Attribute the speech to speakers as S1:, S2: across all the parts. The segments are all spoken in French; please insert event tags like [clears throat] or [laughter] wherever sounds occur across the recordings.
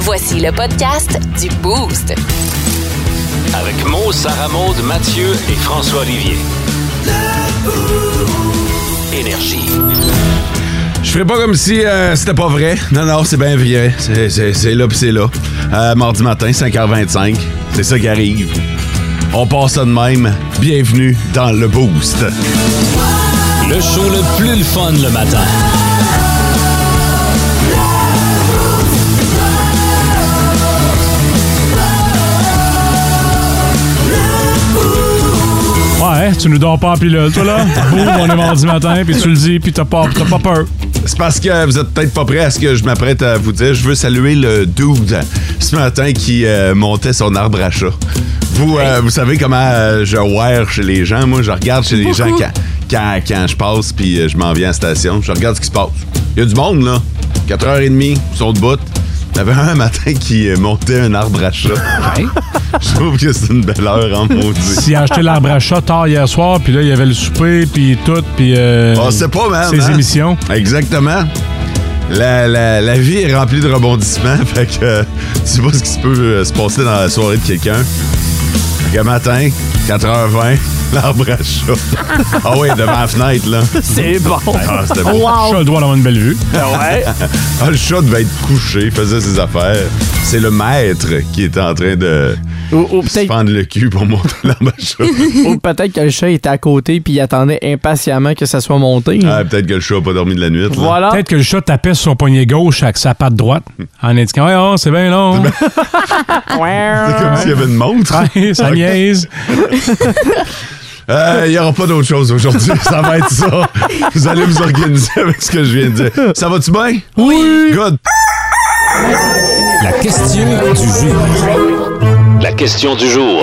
S1: Voici le podcast du Boost.
S2: Avec Mo, Sarah Maud, Mathieu et François Olivier. Énergie.
S3: Je ferai pas comme si euh, c'était pas vrai. Non, non, c'est bien vrai. C'est- C'est c'est là pis c'est là. Euh, mardi matin, 5h25. C'est ça qui arrive. On passe ça de même. Bienvenue dans le Boost.
S2: Le show le plus le fun le matin.
S4: Ouais, tu nous dors pas en pilote, toi, là. Boum, on est mardi matin, puis tu le dis, puis t'as pas, t'as pas peur.
S3: C'est parce que vous êtes peut-être pas prêts à ce que je m'apprête à vous dire. Je veux saluer le dude ce matin qui euh, montait son arbre à chat. Vous, euh, vous savez comment euh, je wire chez les gens. Moi, je regarde chez les gens quand, quand, quand je passe puis euh, je m'en viens à la station. Je regarde ce qui se passe. Il y a du monde, là. 4h30, ils sont de bout. Il y avait un matin qui euh, montait un arbre à chat. [laughs] je trouve que c'est une belle heure en maudit.
S4: S'il a acheté l'arbre à chat tard hier soir, puis là, il y avait le souper, puis tout, puis. Euh,
S3: On sait pas, man.
S4: Ses
S3: hein?
S4: émissions.
S3: Exactement. La, la- la vie est remplie de rebondissements, [laughs] fait que euh, tu sais pas ce qui se peut euh, se passer dans la soirée de quelqu'un. Fait que matin, 4h20, [laughs] l'arbre à
S5: [laughs]
S3: chat. Ah oui, devant la fenêtre, là.
S5: [laughs] C'est bon.
S3: Ah, c'était beau.
S4: Le chat a le droit d'avoir une belle vue.
S5: Ouais.
S3: [laughs] Ah, le chat devait être couché, il faisait ses affaires. C'est le maître qui est en train de
S5: Ou, ou
S3: se
S5: peut-être
S3: prendre le cul pour monter l'arbre à chat.
S5: ou peut-être que le chat était à côté puis il attendait impatiemment que ça soit monté.
S3: Ah, peut-être que le chat a pas dormi de la nuit. là.
S5: voilà.
S4: Peut-être que le chat tapait sur son poignet gauche avec sa patte droite, en indiquant Ouais, oh, c'est bien
S3: [laughs]
S4: long.
S3: C'est comme s'il y avait une montre.
S4: Ouais, ça
S3: [laughs]
S4: niaise.
S3: Euh, Il n'y aura pas d'autre chose aujourd'hui. [laughs] Ça va être ça. Vous allez vous organiser avec ce que je viens de dire. Ça va-tu bien? Oui. Good.
S6: La question du jour.
S2: La question du jour.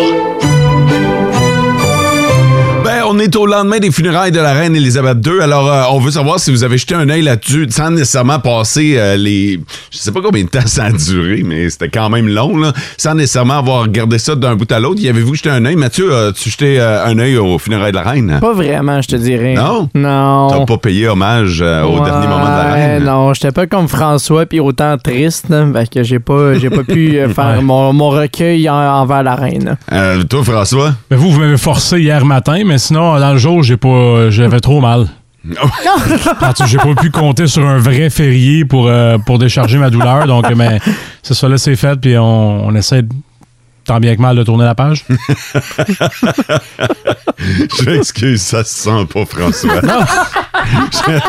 S3: Ben, on est au lendemain des funérailles de la reine Elisabeth II. Alors, euh, on veut savoir si vous avez jeté un œil là-dessus sans nécessairement passer euh, les. Je sais pas combien de temps [laughs] ça a duré, mais c'était quand même long, là. Sans nécessairement avoir regardé ça d'un bout à l'autre. Y avez-vous jeté un œil? Mathieu, as-tu jeté euh, un œil aux funérailles de la reine?
S5: Pas vraiment, je te dirais.
S3: Non? T'as
S5: Non.
S3: pas payé hommage euh, au
S5: Ouais,
S3: dernier moment de la reine?
S5: Non, j'étais pas comme François puis autant triste là, parce que j'ai pas j'ai pas pu
S3: [laughs]
S5: euh, faire mon, mon recueil en- envers la reine.
S3: Euh, toi, François? [laughs]
S4: Mais vous, vous m'avez forcé hier matin, mais sinon, dans le jour, j'ai pas, j'avais trop mal. Parce que J'ai pas pu compter sur un vrai férié pour, euh, pour décharger ma douleur. Donc, euh, mais c'est ça, là, c'est fait. Puis on, on essaie, de- tant bien que mal, de tourner la page.
S3: [laughs] Je m'excuse, ça se sent pas, François. [laughs] je...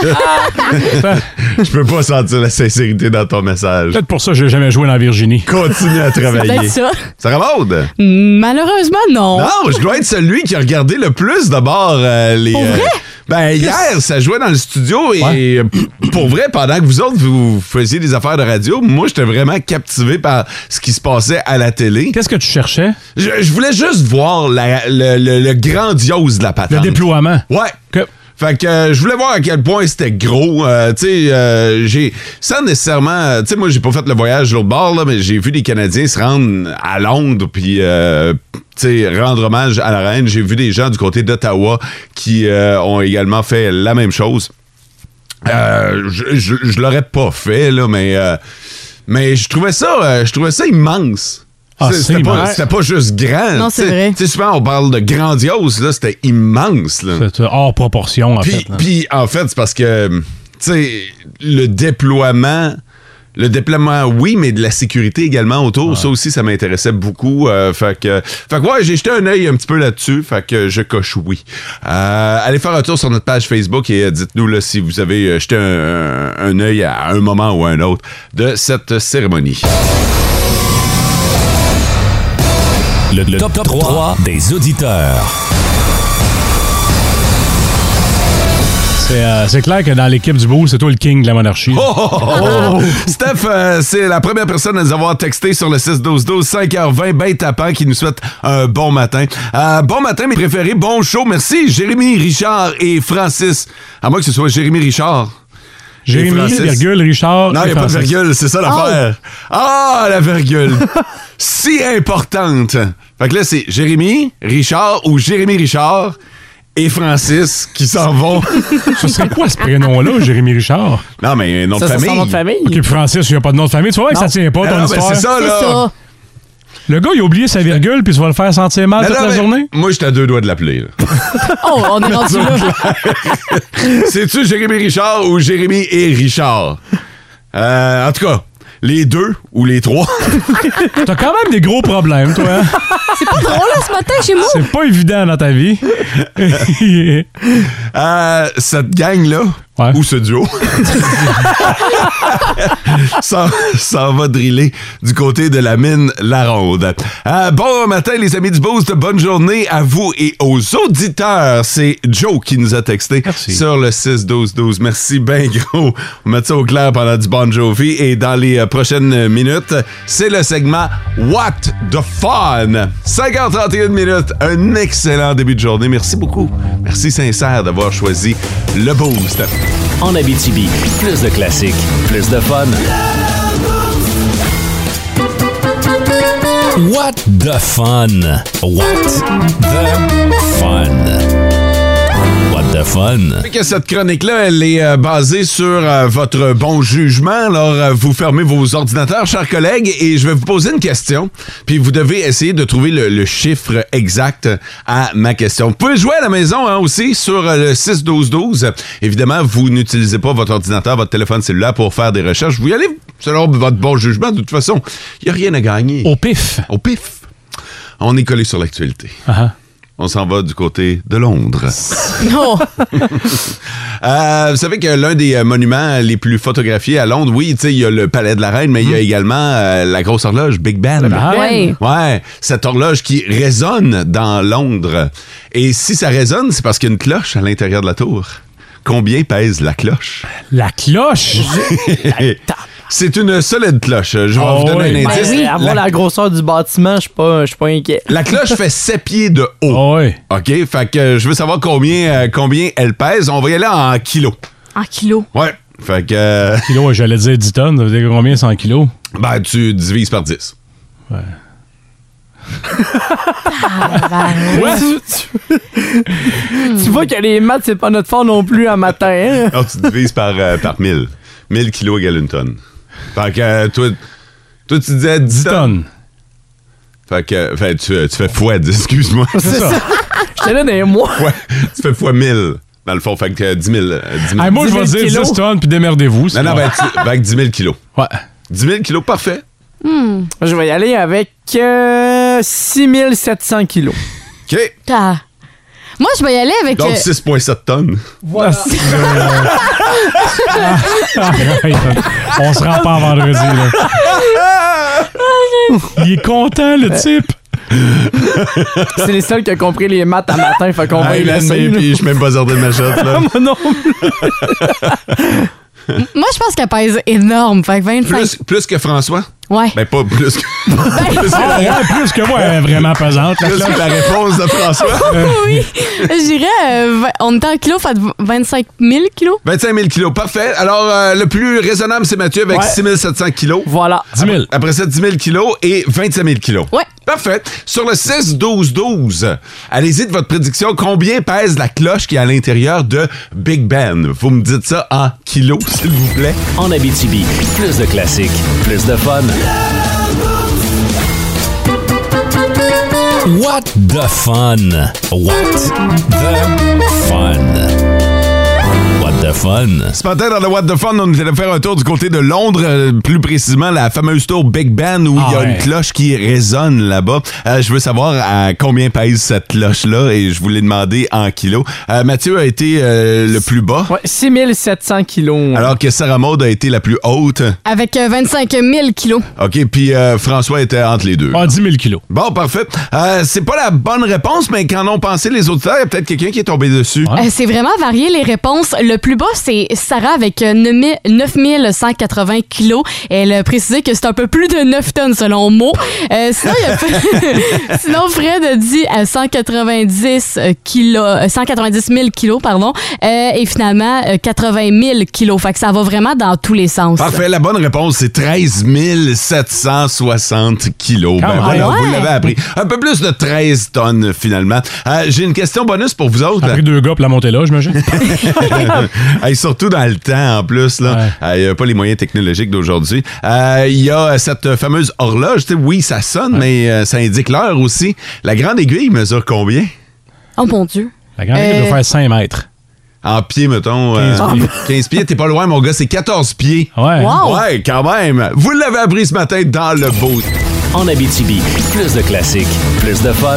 S3: je peux pas sentir la sincérité dans ton message.
S4: Peut-être pour ça que j'ai jamais joué dans Virginie.
S3: Continue à travailler.
S7: Peut-être ça.
S3: Ça remonte?
S7: Malheureusement, non.
S3: Non, je dois être celui qui a regardé le plus d'abord euh, les. euh, ben, hier, ça jouait dans le studio et euh, [clears throat] pour vrai, pendant que vous autres, vous faisiez des affaires de radio, moi, j'étais vraiment captivé par ce qui se passait à la télé.
S4: Qu'est-ce que tu cherchais?
S3: Je, je voulais juste voir la- le, le- le grandiose de la
S4: Le
S3: patente.
S4: déploiement.
S3: Ouais.
S4: Que-
S3: Fait que euh, je voulais voir à quel point c'était gros. Euh, tu sais, euh, j'ai. Sans nécessairement. euh, Tu sais, moi, j'ai pas fait le voyage de l'autre bord, là, mais j'ai vu des Canadiens se rendre à Londres, puis. euh, tu sais, rendre hommage à la reine. J'ai vu des gens du côté d'Ottawa qui euh, ont également fait la même chose. Euh, je, je, je l'aurais pas fait, là, mais. euh, mais je trouvais ça, euh, je trouvais ça immense.
S4: Ah,
S3: C'est-
S4: c'est
S3: c'était pas,
S4: immense.
S3: c'était pas juste grand.
S7: Non, c'est
S3: Tu sais,
S7: vrai.
S3: Tu sais, souvent, on parle de grandiose, là, c'était immense, là.
S4: C'est hors proportion, en
S3: Puis,
S4: fait. là.
S3: puis, en fait, c'est parce que, tu sais, le déploiement, le déploiement, oui, mais de la sécurité également autour, ça aussi, ça m'intéressait beaucoup. euh, fait que, fait que, ouais, j'ai jeté un œil un petit peu là-dessus, fait que je coche oui. Euh, allez faire un tour sur notre page Facebook et euh, dites-nous là, si vous avez euh, jeté un, un œil à un moment ou à un autre de cette cérémonie.
S6: Le, le top, 3, des auditeurs.
S4: C'est euh, c'est clair que dans l'équipe du beau, c'est toi le king de la monarchie.
S3: Oh, oh, oh, oh. [laughs] Steph, euh, c'est la première personne à nous avoir texté sur le 6-12-12, 5h20, ben tapant, qui nous souhaite un bon matin. Euh, bon matin, mes préférés, bon show, merci, Jérémy, Richard et Francis. À moins que ce soit Jérémy Richard. Et
S4: Jérémy,
S3: Francis.
S4: virgule, Richard.
S3: Non, il
S4: et
S3: n'y a pas de
S4: Francis. Oh.
S3: virgule, c'est ça l'affaire. Ah, la
S4: [laughs]
S3: virgule. si importante. Fait que là, c'est Jérémy, Richard ou Jérémy Richard et Francis qui s'en vont.
S4: [laughs] Ce serait quoi ce prénom-là, Jérémy Richard?
S3: Non, mais un nom de
S5: Ça, c'est
S3: famille.
S5: son nom de famille.
S4: Ok, Francis, il n'y a pas de nom de famille. Tu vois que ça tient pas
S3: Ah,
S4: ton
S3: non, mais
S4: histoire.
S3: c'est ça,
S7: C'est
S3: là.
S7: ça.
S4: Le gars, il a oublié sa virgule, puis tu vas le faire sentir mal
S3: Non,
S4: toute
S3: non,
S4: la
S3: mais
S4: journée.
S3: Moi, j'étais à deux doigts de l'appeler. là.
S7: [laughs] Oh, on est rendu
S3: [laughs]
S7: là.
S3: C'est-tu Jérémy Richard ou Jérémy et Richard? Euh, en tout cas, les deux ou les trois.
S4: [laughs] T'as quand même des gros problèmes, toi. hein?
S7: C'est pas drôle, là, ce matin, chez moi.
S4: C'est pas évident dans ta vie. ouais.
S3: [laughs] Euh, cette gang-là,
S4: Ouais.
S3: ou ce duo, ça, ça va driller du côté de la mine La Ronde. Euh, bon matin, les amis du Boost. Bonne journée à vous et aux auditeurs. C'est Joe qui nous a texté
S4: Merci.
S3: sur le 6-12-12. Merci ben gros. On va mettre ça au clair pendant du Bon Jovi. Et dans les euh, prochaines minutes, c'est le segment What the Fun. 5h31 minutes. Un excellent début de journée. Merci beaucoup. Merci sincère d'avoir choisi le Boost.
S2: En Abitibi, plus de classiques, plus de fun.
S6: What the fun? What the fun? What the fun?
S3: que cette chronique-là, elle est euh, basée sur euh, votre bon jugement. Alors, euh, vous fermez vos ordinateurs, chers collègues, et je vais vous poser une question. Puis vous devez essayer de trouver le, le chiffre exact à ma question. Vous pouvez jouer à la maison hein, aussi sur euh, le 6-12-12. Évidemment, vous n'utilisez pas votre ordinateur, votre téléphone cellulaire pour faire des recherches. Vous y allez selon votre bon jugement. De toute façon, il n'y a rien à gagner.
S4: Au pif.
S3: Au pif, on est collé sur l'actualité.
S4: Ah,
S3: On s'en va du côté
S4: [laughs]
S3: de Londres. [laughs]
S7: Non.
S3: Euh, vous savez que l'un des euh, monuments les plus photographiés à Londres, oui, tu sais, il y a le Palais de la Reine, mais il y a également euh, la grosse horloge Big Ben.
S4: ah.
S7: Ouais.
S3: Ouais, cette horloge qui résonne dans Londres. Et si ça résonne, c'est parce qu'il y a une cloche à l'intérieur de la tour. Combien pèse la cloche?
S4: La
S3: [laughs]
S4: cloche.
S3: c'est une solide cloche. Je vais
S4: Ah
S3: vous donner
S4: oui.
S3: un
S5: Ben
S3: indice.
S5: oui,
S3: la,
S5: avoir la grosseur du bâtiment, je suis pas, je suis pas inquiet.
S3: la cloche fait 7 pieds de haut.
S4: Ah ouais.
S3: OK? Fait que euh, je veux savoir combien, euh, combien elle pèse. On va y aller en kilos.
S7: En kilos.
S3: Ouais. Fait que, euh,
S4: Kilo, j'allais dire 10 tonnes, ça veut dire combien 100 kilos?
S3: ben, tu divises par 10.
S5: Ah, ben
S3: [laughs]
S5: Tu vois que les maths, c'est pas notre fort non plus à matin. hein.
S3: Alors, tu divises par, euh, par 1000. 1000 kilos égale une tonne. Fait que euh, toi, toi, tu disais 10
S4: 10
S3: tonnes.
S4: tonnes.
S3: Fait que euh, fait, tu, tu fais fois 10, [laughs] excuse-moi.
S4: C'est ça.
S5: [laughs] J'étais là dans les mois.
S3: Ouais, tu fais fois 1000, dans le fond. Fait que euh, 10 000. euh, 10 000.
S4: Hey, moi, je vais
S5: 10 000
S4: dire 10
S5: kilos.
S4: tonnes, puis démerdez-vous. c'est
S3: non, non,
S4: bon.
S3: ben, tu- fait que 10 000 kilos.
S4: Ouais.
S3: 10 000 kilos, parfait.
S5: Je vais y aller avec euh, 6700 kilos.
S3: OK.
S7: Ah. Moi, je vais y aller avec.
S3: Donc,
S7: euh,
S3: 6,7 tonnes.
S4: Voilà. On se rend pas en
S3: [laughs]
S4: vendredi, là. Ah, Il est content, le type.
S5: Euh. [laughs] C'est les seuls qui ont compris les maths à matin, fait qu'on va
S3: Hey,
S5: y
S3: man,
S5: laisser.
S3: mais-
S5: là. Ah,
S3: puis je suis même pas sorti de ma shot,
S5: [laughs]
S3: là.
S5: Moi non.
S7: [laughs] moi, je pense qu'elle pèse énorme. Fait que 25.
S3: Plus, plus que François?
S7: Ouais.
S3: Ben, pas plus que,
S4: Ah, ouais, plus que moi, elle est vraiment pesante. la
S3: plus
S4: cloche.
S3: que la réponse de François.
S7: [laughs] oui. Je dirais, euh, vingt- on était en kilos, fait 25 000 kilos.
S3: 25 000 kilos, parfait. Alors, euh, le plus raisonnable, c'est Mathieu avec
S5: Ouais.
S3: 6 700 kilos.
S5: Voilà.
S4: 10 000.
S3: Après ça, 10 000 kilos et 25 000 kilos.
S7: Ouais.
S3: Parfait. Sur le 6-12-12, allez-y de votre prédiction. Combien pèse la cloche qui est à l'intérieur de Big Ben? Vous me dites ça en kilos, [laughs] s'il vous plaît.
S2: En Abitibi, plus de classiques, plus de fun.
S6: What the fun? What the fun? What the fun?
S3: Ce matin, dans le What the Fun, on est allé faire un tour du côté de Londres, euh, plus précisément la fameuse tour Big Ben où il
S4: Ah
S3: y a
S4: ouais.
S3: une cloche qui résonne là-bas. Euh, je veux savoir à combien pèse cette cloche-là et je vous l'ai demandé en kilos. Euh, Mathieu a été euh, le plus bas,
S5: Ouais, 6700 kilos.
S3: alors que Sarah Maud a été la plus haute.
S7: Avec euh, 25 000 kilos.
S3: OK, puis euh, François était entre les deux.
S4: Ah, 10 000 kilos.
S3: Bon, parfait. Euh, c'est pas la bonne réponse, mais quand on pensait les auditeurs, il y a peut-être quelqu'un qui est tombé dessus.
S4: Ouais.
S7: Euh, c'est vraiment varié les réponses. Le plus plus bas, c'est Sarah avec euh, 9000 9180 kilos. Elle a précisé que c'est un peu plus de 9 tonnes selon Mo. Euh, sinon, il y
S3: [laughs]
S7: a- sinon, Fred a dit à 190 kilos, euh, 190 000 kilos, pardon, euh, et finalement euh, 80 000 kilos. Fait que ça va vraiment dans tous les sens.
S3: Parfait, la bonne réponse, c'est 13 760 kilos. Ben
S4: Quand
S3: voilà,
S7: même.
S3: vous
S7: Ouais.
S3: l'avez appris. Un peu plus de 13 tonnes, finalement. Euh, J'ai une question bonus pour vous autres.
S4: Ça a pris deux gars pour la monter là, j'imagine.
S3: [laughs]
S4: [laughs]
S3: Hey, surtout dans le temps, en plus. là.
S4: Ouais.
S3: Euh, Il n'y a pas les moyens technologiques d'aujourd'hui. Euh, Il y a cette fameuse horloge. Tu sais, oui, ça sonne, mais euh, ça indique l'heure aussi. La grande aiguille mesure combien?
S7: Oh mon Dieu.
S4: La grande
S7: Euh,
S4: équipe doit faire 5 mètres.
S3: En pieds, mettons. euh,
S4: 15
S3: [laughs]
S4: pieds.
S3: 15 pieds. T'es pas loin, mon gars. C'est 14 pieds.
S4: Ouais.
S7: Wow. Oh.
S3: Ouais, quand même. Vous l'avez appris ce matin dans le beau.
S2: En Abitibi, plus de classiques, plus de fun.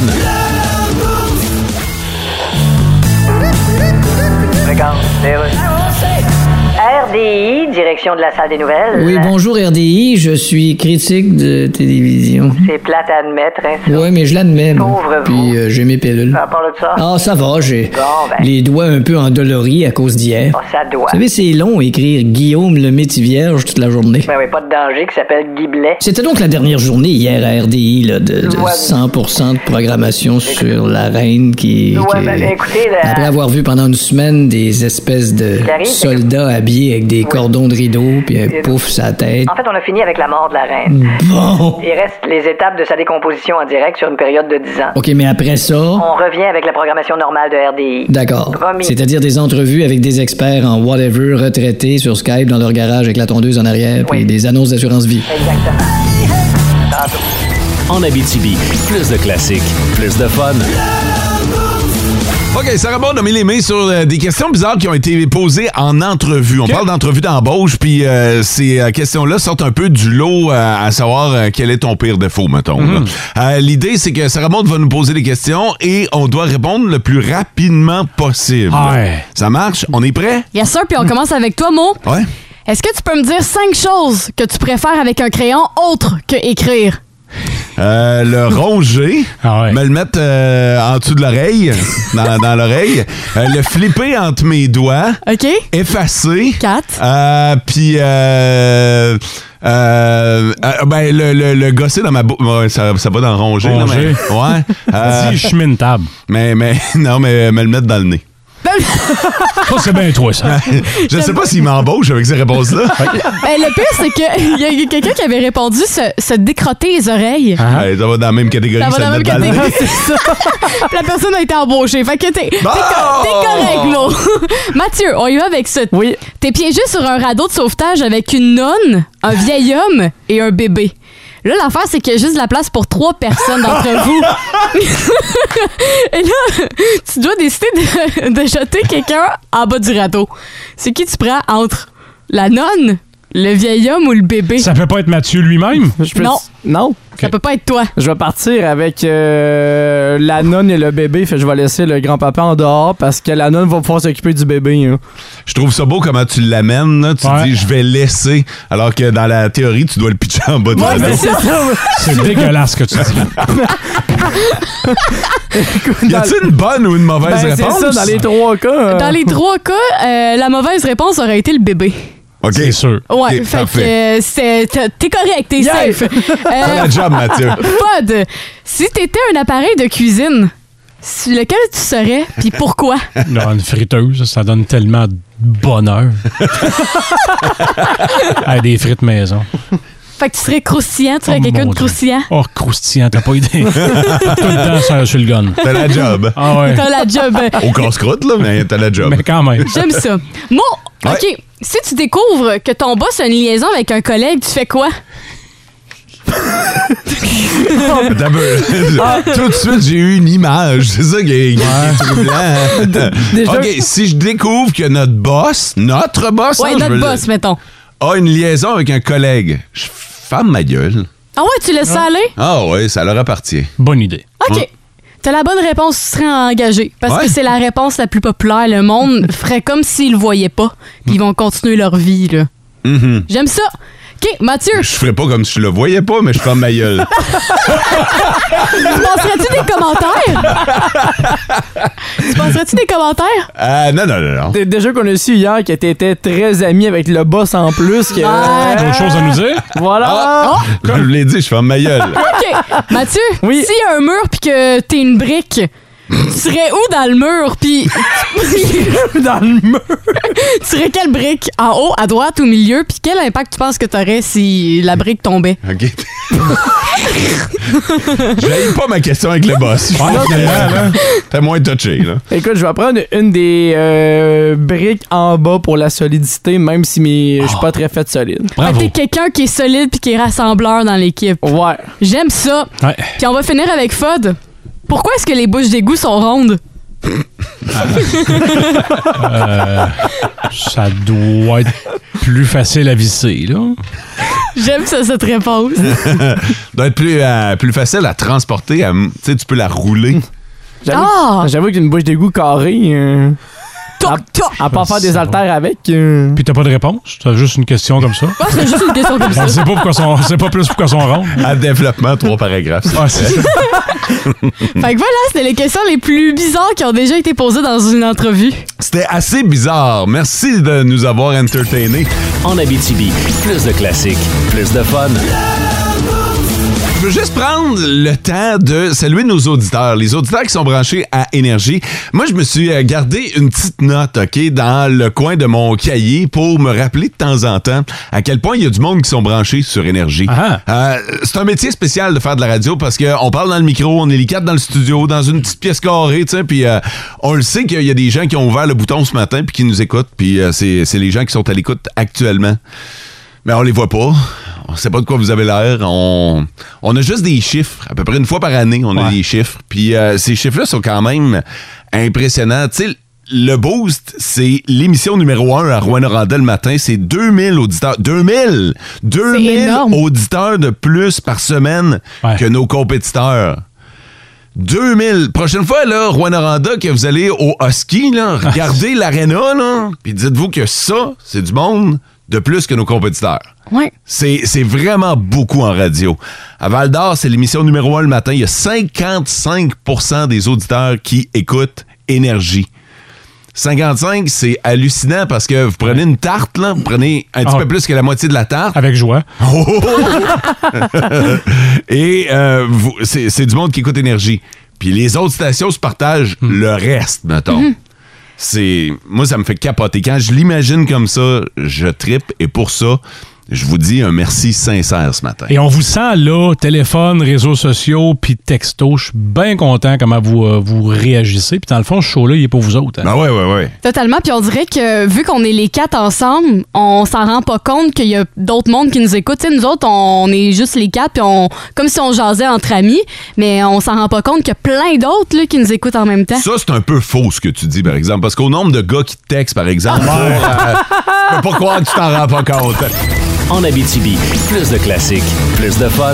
S8: RDI, direction de la salle des nouvelles.
S9: Oui, bonjour RDI, je suis critique de télévision.
S8: C'est plate à admettre, hein.
S9: Oui, mais je l'admets. moi.
S8: Pauvre vous.
S9: Puis euh, j'ai mes pilules.
S8: À part de ça,
S9: Ah, ça va, j'ai
S8: Bon, ben.
S9: les doigts un peu endoloris à cause d'hier.
S8: oh, ça doit.
S9: Vous savez, c'est long écrire Guillaume le métier vierge toute la journée.
S8: Ben oui, pas de danger qui s'appelle Guy Blais.
S9: C'était donc la dernière journée hier à RDI là, de, de
S8: Ouais.
S9: 100% de programmation sur la reine qui,
S8: Ouais,
S9: qui-
S8: ben, écoutez, la-
S9: après avoir vu pendant une semaine des espèces de
S8: J'arrive, c'est que-
S9: soldats habillés avec des cordons de rideau puis un
S8: Et-
S9: pouf sa tête.
S8: En fait, on a fini avec la mort de la reine.
S9: Bon.
S8: Il reste les étapes de sa décomposition en direct sur une période de 10 ans.
S9: OK, mais après ça,
S8: On revient avec la programmation normale de RDI.
S9: d'accord.
S8: Promis.
S9: C'est-à-dire des entrevues avec des experts en whatever retraités sur Skype dans leur garage avec la tondeuse en arrière puis
S8: Oui.
S9: des annonces d'assurance vie.
S8: Exactement.
S2: En Abitibi, plus de classiques, plus de fun.
S3: OK, Sarah Maud a mis les mains sur euh, des questions bizarres qui ont été posées en entrevue. On parle d'entrevue d'embauche, puis euh, ces euh, questions-là sortent un peu du lot euh, à savoir euh, quel est ton pire défaut, mettons.
S4: Mhm.
S3: là. Euh, L'idée, c'est que Sarah Maud va nous poser des questions et on doit répondre le plus rapidement possible.
S4: Ah Ouais.
S3: Ça marche? On est prêt?
S7: Yes, sir. Puis on commence avec toi, Mo.
S3: Ouais.
S7: Est-ce que tu peux me dire cinq choses que tu préfères avec un crayon autre que écrire?
S3: Euh, le ronger,
S4: Ah ouais.
S3: me le mettre euh, en dessous
S4: [laughs]
S3: de l'oreille, dans, dans l'oreille, euh, le flipper entre mes doigts,
S7: OK?
S3: effacer.
S7: Quatre.
S3: Euh, puis euh, euh, euh, ben le, le, le gosser dans ma bouche, ça, ça va dans ronger. là,
S4: Ronger. [laughs]
S3: mais- ouais. Euh,
S4: Dis, je suis une table.
S3: mais mais [laughs] non mais me le mettre dans le nez. [laughs]
S4: Ça, c'est bien toi, ça.
S3: Je sais pas s'il m'embauche avec ces
S4: [laughs]
S3: réponses là.
S7: Ben, le pire, c'est [laughs] qu'il y a- y a quelqu'un qui avait répondu se, se décrotter les oreilles.
S4: Ah.
S3: Ouais, ça va dans la même catégorie.
S7: Ça
S3: que
S7: va dans
S3: le
S7: la même
S3: mettre le
S7: catégorie,
S3: nez.
S7: c'est ça. la personne a été embauchée. Fait que t'es t'es
S3: Bon!
S7: co- t'es correct, Lo. Mathieu, on y va avec ça.
S5: Oui.
S7: T'es piégé sur un radeau de sauvetage avec une nonne, un vieil homme et un bébé. Là, l'affaire, c'est qu'il y a juste de la place pour trois personnes
S10: [laughs]
S7: d'entre vous. [laughs] et là, tu dois décider de, de jeter quelqu'un en bas du radeau. C'est qui tu prends entre la nonne, le vieil homme ou le bébé? Ça,
S4: Ça peut pas être Mathieu lui-même.
S5: Je peux-
S7: Non.
S5: Non.
S4: ok.
S7: peut pas être toi.
S5: Je vais partir avec euh, la nonne et le bébé. Fait que je vais laisser le grand-papa en dehors parce que la nonne va pouvoir s'occuper du bébé. hein.
S3: Je trouve ça beau comment tu l'amènes. là. Tu
S4: Ouais.
S3: dis je vais laisser, alors que dans la théorie tu dois le pitcher en bas de la
S5: Mais c'est ça. ouais.
S4: C'est dégueulasse ce que tu dis.
S3: Y a-t-il une bonne ou une
S5: Ben,
S3: mauvaise
S5: c'est
S3: réponse
S5: ça, dans les
S3: [laughs]
S5: trois cas. euh,
S7: Dans les trois cas, euh, la mauvaise réponse aurait été le bébé.
S3: Ok.
S4: C'est sûr.
S7: Ouais,
S3: Ok,
S7: fait
S3: parfait.
S7: que euh, c'est- t'es t'es correct, t'es
S5: Yeah!
S3: [laughs]
S7: safe.
S3: Bon
S7: Euh,
S3: job Mathieu.
S7: Pod, si t'étais un appareil de cuisine, sur lequel tu serais, puis pourquoi?
S4: Non, une friteuse, ça donne tellement de
S7: [laughs]
S4: bonheur. Hey, des frites maison.
S7: Fait que tu serais croustillant, tu serais
S4: Oh,
S7: quelqu'un
S4: mon
S7: de
S4: Dieu.
S7: croustillant.
S4: Oh, croustillant, t'as pas idée. [laughs] Tout le temps sur, sur le gun.
S3: T'as la job.
S4: Ah ouais.
S7: T'as la job.
S3: Au casse-croûte là, mais t'as la job.
S4: Mais quand même.
S7: J'aime ça. Bon, OK. Si tu découvres que ton boss a une liaison avec un collègue, tu fais quoi?
S3: Attends un peu.
S5: Ah.
S3: Tout de suite, j'ai eu une image. C'est ça qui est, qui est troublant.
S5: [laughs] déjà-
S3: OK, si je découvre que notre boss, notre boss,
S7: Ouais,
S3: hein, je
S7: notre
S3: veux
S7: boss,
S3: dire,
S7: mettons.
S3: a une liaison avec un collègue, je ferme ma gueule.
S7: Ah ouais, tu laisses ça aller?
S3: Ah ouais, ça leur appartient.
S4: Bonne idée.
S7: OK.
S3: Ouais.
S7: T'as la bonne réponse, tu serais engagé. Parce
S3: Ouais.
S7: que c'est la
S3: [laughs]
S7: réponse la plus populaire. Le monde ferait comme s'ils le voyaient pas. Puis ils vont continuer leur vie, là.
S3: Mhm.
S7: J'aime ça. OK,
S3: [laughs]
S7: Mathieu,
S3: Je ferais pas comme si je le voyais pas, mais je ferme ma gueule.
S7: tu penserais-tu des commentaires? tu penserais-tu des commentaires?
S3: Ah, non, non, non, non.
S5: C'est déjà qu'on a su hier que t'étais très ami avec le boss en plus. Que...
S7: Ouais.
S4: D'autres choses à nous dire? Ah.
S5: Voilà!
S3: Comme je vous l'ai dit, je ferme
S7: [laughs]
S3: ma gueule.
S7: OK, Mathieu,
S5: Oui.
S7: s'il y a un mur puis que t'es une brique, tu serais où dans le mur? Puis
S5: [laughs] Dans le mur!
S7: tu serais quelle brique? En haut, à droite, au milieu? Puis quel impact tu penses que t'aurais si la brique tombait?
S3: OK. J'aille pas ma question avec le boss. Je pense que, là, T'es moins touché, là.
S5: Écoute, je vais prendre une des euh, briques en bas pour la solidité, même si mes... je suis pas très fait solide.
S7: Fait que
S4: Ah. Bravo.
S7: Ah, T'es quelqu'un qui est solide puis qui est rassembleur dans l'équipe.
S5: Ouais.
S7: J'aime ça.
S4: Ouais.
S7: Puis on va finir avec Fod. Pourquoi est-ce que les bouches d'égout sont rondes? [laughs]
S4: Euh, Ça doit être plus facile à visser, là.
S7: J'aime ça, cette réponse.
S3: doit être plus, euh, plus facile à transporter. à m- Tu sais, tu peux la rouler.
S5: J'avoue
S7: Ah!
S5: j'avoue qu'une bouche d'égout carrée, euh,
S7: Toc, toc!
S5: à part faire des
S4: Ça
S5: haltères avec. euh,
S4: Puis t'as pas de réponse? T'as juste une question comme ça?
S7: Moi, c'est juste une question comme ça.
S4: On sait pas pourquoi sont, on sait pas plus pourquoi sont rondes.
S3: À développement, trois paragraphes.
S4: Ah, c'est ça.
S7: Fait que voilà, c'était les questions les plus bizarres qui ont déjà été posées dans une entrevue.
S3: C'était assez bizarre. Merci de nous avoir entertainés.
S2: En Abitibi, plus de classiques, plus de fun.
S3: Je veux juste prendre le temps de saluer nos auditeurs, les auditeurs qui sont branchés à Énergie. Moi, je me suis euh, gardé une petite note, OK, dans le coin de mon cahier pour me rappeler de temps en temps à quel point il y a du monde qui sont branchés sur Énergie.
S4: Ah.
S3: Euh, c'est un métier spécial de faire de la radio parce qu'on parle dans le micro, on est les quatre dans le studio, dans une petite pièce carrée, tu sais, puis euh, on le sait qu'il y a des gens qui ont ouvert le bouton ce matin puis qui nous écoutent, puis euh, c'est c'est les gens qui sont à l'écoute actuellement. Mais on les voit pas. On sait pas de quoi vous avez l'air. On, on a juste des chiffres. À peu près une fois par année, on a des chiffres. Puis euh, ces chiffres-là sont quand même impressionnants. Tu sais, le Boost, c'est l'émission numéro un à rouen noranda le matin. C'est 2000 auditeurs. 2000! 2000
S7: énorme.
S3: auditeurs de plus par semaine
S4: Ouais.
S3: que nos compétiteurs. 2000. Prochaine fois, là, Rouen Oranda, que vous allez au Husky, là,
S4: Ah.
S3: regardez l'aréna, là, puis dites-vous que ça, c'est du monde de plus que nos compétiteurs.
S7: Ouais.
S3: C'est c'est vraiment beaucoup en radio. À Val d'Or, c'est l'émission numéro un le matin. Il y a 55 des auditeurs qui écoutent Énergie. 55, c'est hallucinant parce que vous prenez une tarte, là, vous prenez un petit
S4: Ah.
S3: peu plus que la moitié de la tarte.
S4: Avec joie.
S3: Oh.
S7: [laughs]
S3: [laughs] Et euh, vous- c'est c'est du monde qui écoute Énergie. Puis les autres stations se partagent
S4: Hmm.
S3: le reste, mettons. C'est Moi, ça me fait capoter. Quand je l'imagine comme ça, je trippe. Et pour ça, je vous dis un merci sincère ce matin.
S4: Et on vous sent là, téléphone, réseaux sociaux, puis texto. Je suis bien content comment vous, euh, vous réagissez. Puis dans le fond, ce show-là, il est pour vous autres. hein.
S3: Ah ouais, ouais, ouais.
S7: Totalement. Puis on dirait que vu qu'on est les quatre ensemble, on s'en rend pas compte qu'il y a d'autres mondes qui nous écoutent. Tu sais, nous autres, on est juste les quatre, puis on comme si on jasait entre amis, mais on s'en rend pas compte qu'il y a plein d'autres là, qui nous écoutent en même temps.
S3: Ça, c'est un peu faux ce que tu dis, par exemple. Parce qu'au nombre de gars qui te textent, par exemple,
S4: Ah,
S3: pour,
S4: [laughs]
S3: euh, je peux pas croire que tu t'en rends pas compte.
S2: En Abitibi, plus de classiques, plus de fun.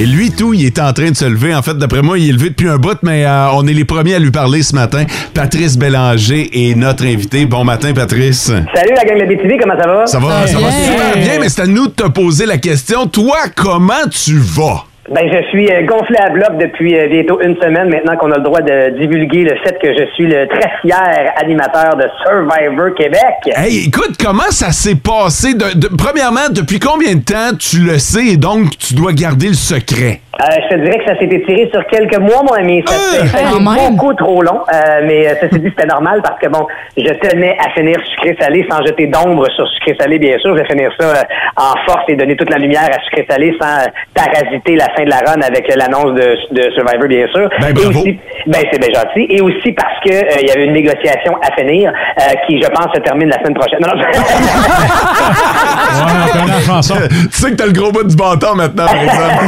S3: Et lui, tout, il est en train de se lever. En fait, d'après moi, il est levé depuis un bout, mais euh, on est les premiers à lui parler ce matin. Patrice Bélanger est notre invité. Bon matin, Patrice.
S8: Salut la gang de BTV, comment ça va?
S3: Ça va, ça va
S7: bien.
S3: super bien, mais c'est à nous de te poser la question. Toi, comment tu vas?
S8: Ben, je suis euh, gonflé à bloc depuis euh, bientôt une semaine maintenant qu'on a le droit de divulguer le fait que je suis le très fier animateur de Survivor Québec.
S3: Hey, écoute, comment ça s'est passé? De- de- premièrement, depuis combien de temps tu le sais et donc tu dois garder le secret?
S8: Euh, je te dirais que ça s'est étiré sur quelques mois, mon ami. Ça
S3: Euh,
S8: s'est- ça a été
S7: quand même.
S8: beaucoup trop long, euh, mais euh, ceci dit, c'était normal parce que, bon, je tenais à finir sucré-salé sans jeter d'ombre sur sucré-salé, bien sûr. Je vais finir ça euh, en force et donner toute la lumière à sucré-salé sans euh, parasiter la fin de la run avec euh, l'annonce de, de Survivor, bien sûr.
S3: Ben,
S8: Et
S3: bravo.
S8: aussi- ben, c'est bien gentil. Et aussi parce que euh, il y avait une négociation à finir euh, qui, je pense, se termine la semaine prochaine. Non, non, [laughs]
S4: Ouais, on connaît la chanson.
S3: tu sais que t'as le gros bout du bâton maintenant, par exemple.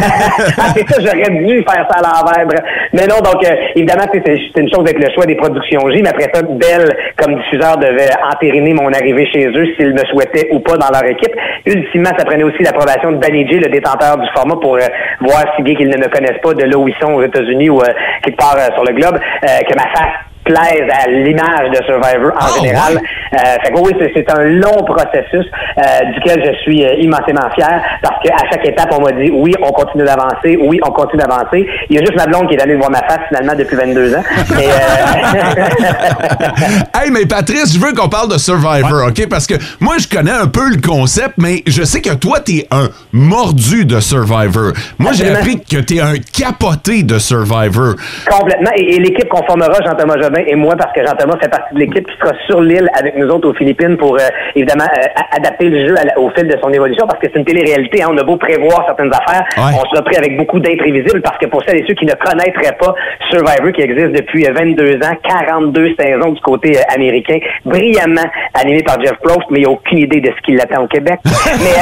S8: Ah, c'est ça, j'aurais dû faire ça à l'envers. bref. Mais non, donc, euh, évidemment, c'est- c'est c'est une chose avec le choix des productions J, mais après ça, Bell, comme diffuseur, devait entériner mon arrivée chez eux s'ils me souhaitaient ou pas dans leur équipe. Ultimement, ça prenait aussi l'approbation de Danny J, le détenteur du format, pour euh, voir si bien qu'ils ne me connaissent pas de là où ils sont aux États-Unis ou euh, quelque part euh, sur le globe, euh, que ma face plaisent à l'image de Survivor en général. Euh, fait que oui, c'est- c'est un long processus euh, duquel je suis euh, immensément fier parce qu'à chaque étape, on m'a dit oui, on continue d'avancer, oui, on continue d'avancer. Il y a juste ma blonde qui est allée voir ma face finalement depuis 22 ans. Mais, euh,
S3: [laughs] Hey, mais Patrice, je veux qu'on parle de Survivor, OK? Parce que moi, je connais un peu le concept, mais je sais que toi, t'es un mordu de Survivor. Moi, j'ai
S8: Absolument.
S3: appris que t'es un capoté de Survivor. [laughs]
S8: Complètement. Et, et l'équipe qu'on formera, Jean-Thomas Jobin et moi, parce que Jean-Thomas fait partie de l'équipe qui sera sur l'île avec nous autres aux Philippines pour, euh, évidemment, euh, a- adapter le jeu à la- au fil de son évolution, parce que c'est une télé-réalité. hein. On a beau prévoir certaines affaires,
S3: Ouais.
S8: on se l'a pris avec beaucoup d'imprévisibles, parce que pour celles et ceux qui ne connaîtraient pas Survivor, qui existe depuis euh, 22 ans, 42 saisons du côté euh, américain, brillamment animé par Jeff Probst, mais il n'y a aucune idée de ce qui l'attend au Québec. [laughs] mais,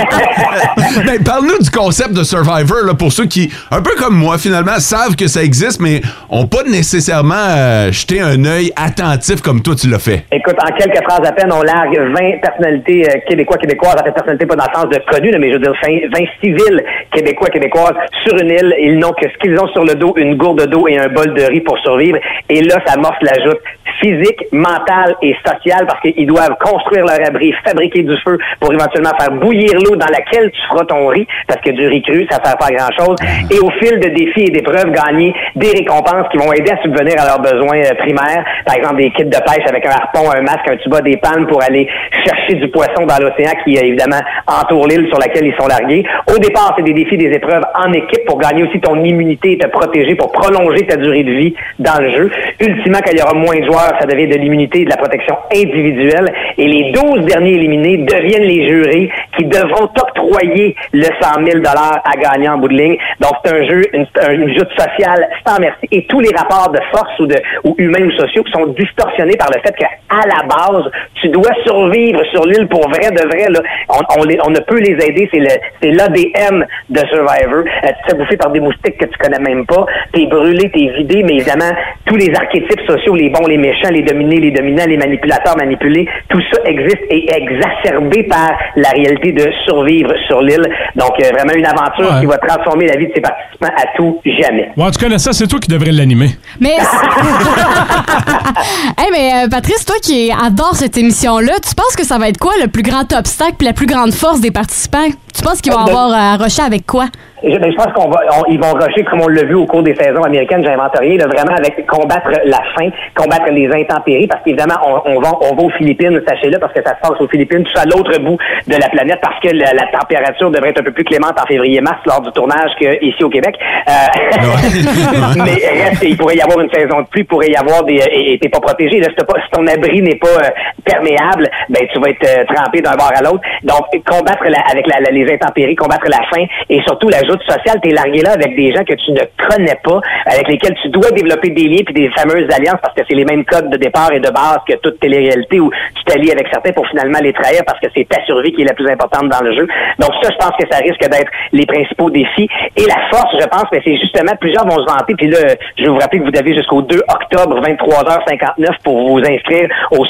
S8: euh,
S3: Mais Ben, parle-nous du concept de Survivor, là, pour ceux qui, un peu comme moi, finalement, savent que ça existe, mais ont pas nécessairement euh, jeté un œil attentif comme toi, tu l'as fait.
S8: Écoute, en quelques phrases à peine, on largue 20 personnalités euh, québécois, québécoises, en fait, personnalités pas dans le sens de connues, là, mais je veux dire 20, 20 civils québécois, québécoises sur une île. Ils n'ont que ce qu'ils ont sur le dos, une gourde d'eau et un bol de riz pour survivre. Et là, ça morce la joute physique, mentale et sociale parce qu'ils doivent construire leur abri, fabriquer du feu pour éventuellement faire bouillir l'eau dans laquelle tu feras ton riz parce que du riz cru, ça sert pas à grand chose. Et au fil de défis et d'épreuves, gagner des récompenses qui vont aider à subvenir à leurs besoins euh, primaires. Par exemple, des kits de pêche avec un harpon, un masque, un tuba, des palmes pour aller chercher du poisson dans l'océan qui, euh, évidemment, entoure l'île sur laquelle ils sont largués. Au départ, c'est des défis, des épreuves en équipe pour gagner aussi ton immunité et te protéger pour prolonger ta durée de vie dans le jeu. Ultimement, quand il y aura moins de joueurs, ça devient de l'immunité et de la protection individuelle. Et les 12 derniers éliminés deviennent les jurés qui devront octroyer le 100 000 à gagner en bout de ligne. Donc, c'est un jeu, une, un- une joute sociale sans merci. Et tous les rapports de force ou, de, ou humains ou sociaux sont distorsionnés par le fait qu'à la base, tu dois survivre sur l'île pour vrai de vrai. Là. On, on les- on ne peut les aider. C'est le- c'est l'ADN de Survivor. Euh, tu te fais bouffer par des moustiques que tu connais même pas. T'es brûlé, t'es vidé, mais évidemment, tous les archétypes sociaux, les bons, les méchants, les dominés, les dominants, les manipulateurs, manipulés, tout ça existe et est exacerbé par la réalité de survivre sur l'île. Donc, euh, vraiment une aventure
S4: Ouais.
S8: qui va transformer la vie de ses participants à tout jamais.
S4: Ouais, en tout cas, ça, c'est toi qui devrais l'animer.
S7: Mais. [laughs] hey, mais euh, Patrice, toi qui adore cette émission-là, tu penses que ça va être quoi le plus grand obstacle puis la plus grande force des participants? Tu penses qu'ils vont
S8: Oh, ben-
S7: avoir à rocher avec
S3: [laughs]
S7: quoi?
S8: Je, ben, je pense qu'on va, on- ils vont rusher comme on l'a vu au cours des saisons américaines. J'invente rien, là, vraiment avec combattre la faim, combattre les intempéries, parce qu'évidemment on, on va, on va aux Philippines, sachez-le, parce que ça se passe aux Philippines, tout ça à l'autre bout de la planète, parce que la, la température devrait être un peu plus clémente en février-mars lors du tournage qu'ici au Québec. Euh, mais reste, il pourrait y avoir une saison de pluie, il pourrait y avoir des, et et t'es pas protégé. Là, si, t'as pas- si ton abri n'est pas euh, perméable, ben tu vas être euh, trempé d'un bord à l'autre. Donc combattre la- avec la- la- les intempéries, combattre la faim et surtout la joute sociale. T'es largué là avec des gens que tu ne connais pas, avec lesquels tu dois développer des liens puis des fameuses alliances parce que c'est les mêmes codes de départ et de base que toute télé-réalité où tu t'allies avec certains pour finalement les trahir parce que c'est ta survie qui est la plus importante dans le jeu. Donc ça, je pense que ça risque d'être les principaux défis. Et la force, je pense, mais c'est justement, plusieurs vont se vanter. Puis là, je vais vous rappeler que vous avez jusqu'au 2 octobre, 23h59 pour vous inscrire au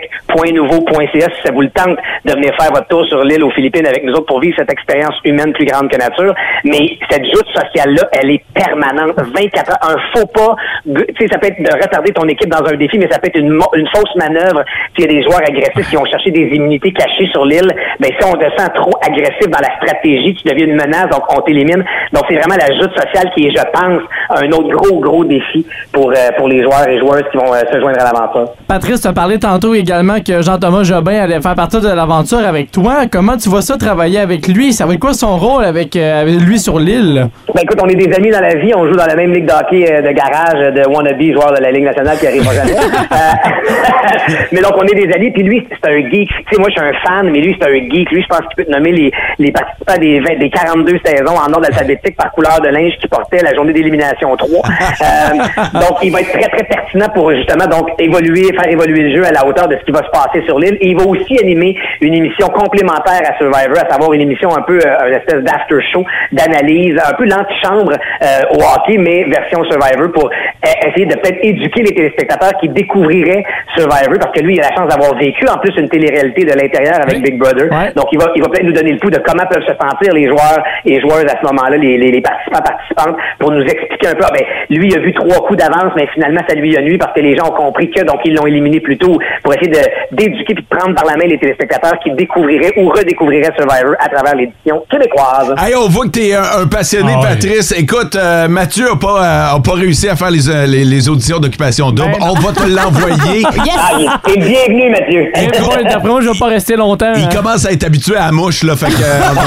S8: survivorquebec.nouveau.ca si ça vous le tente de venir faire votre tour sur l'île aux Philippines avec nous autres pour vivre cette expérience humaine plus grande que nature. Mais cette joute sociale-là, elle est permanente. 24 heures, un faux pas. g- Tu sais, ça peut être de retarder ton équipe dans un défi, mais ça peut être une, mo- une fausse manœuvre. S'il y a des joueurs agressifs qui ont cherché des immunités cachées sur l'île, ben si on te sent trop agressif dans la stratégie, tu deviens une menace, donc on t'élimine. Donc c'est vraiment la joute sociale qui est, je pense, un autre gros, gros défi pour, euh, pour les joueurs et joueuses qui vont euh, se joindre à l'aventure.
S5: Patrice, tu as parlé tantôt également que Jean-Thomas Jobin allait faire partie de l'aventure avec toi. Comment tu vois ça travailler avec lui? Ça va être quoi son rôle avec, euh, avec lui sur l'île?
S8: Ben écoute, on est des amis dans la vie, on joue dans la même ligue de hockey euh, de garage euh, de wannabe joueur de la Ligue nationale qui arrivera jamais. Euh, [laughs] mais donc on est des amis, puis lui, c'est un geek. Tu sais, moi je suis un fan, mais lui c'est un geek. Lui, je pense qu'il peut te nommer les, les participants des, 20 des 42 saisons en ordre alphabétique par couleur de linge qui portait la journée d'élimination 3. Euh, donc il va être très très pertinent pour justement donc évoluer, faire évoluer le jeu à la hauteur de ce qui va se passer sur l'île. Et il va aussi animer une émission complémentaire à Survivor, à savoir une émission un peu euh, une espèce d'after show d'analyse, un peu l'antichambre euh, au hockey, mais version Survivor pour euh, essayer de peut-être éduquer les téléspectateurs qui découvriraient Survivor parce que lui, il a la chance d'avoir vécu en plus une télé-réalité de l'intérieur avec Big Brother.
S5: Ouais.
S8: Donc, il va, il va peut-être nous donner le coup de comment peuvent se sentir les joueurs et joueuses à ce moment-là, les, les- les participants, participantes, pour nous expliquer un peu, ah, ben, lui, il a vu trois coups d'avance, mais finalement, ça lui a nuit parce que les gens ont compris que, donc, ils l'ont éliminé plus tôt pour essayer de- d'éduquer puis de prendre par la main les téléspectateurs qui découvriraient ou redécouvriraient Survivor à travers l'édition québécoise.
S3: Hey, on voit que t'es un, un passionné,
S4: Ah ouais.
S3: Patrice. Écoute, euh, Mathieu n'a pas, euh, a pas réussi à faire les, euh, les- les auditions d'occupation double.
S5: Ben
S3: on va
S5: [laughs]
S3: te l'envoyer.
S8: Ah, il est bienvenu, Mathieu.
S5: Eh, boy, D'après moi, je vais pas rester longtemps.
S3: Il
S5: hein.
S3: commence à être habitué à la mouche, là, fait que, euh,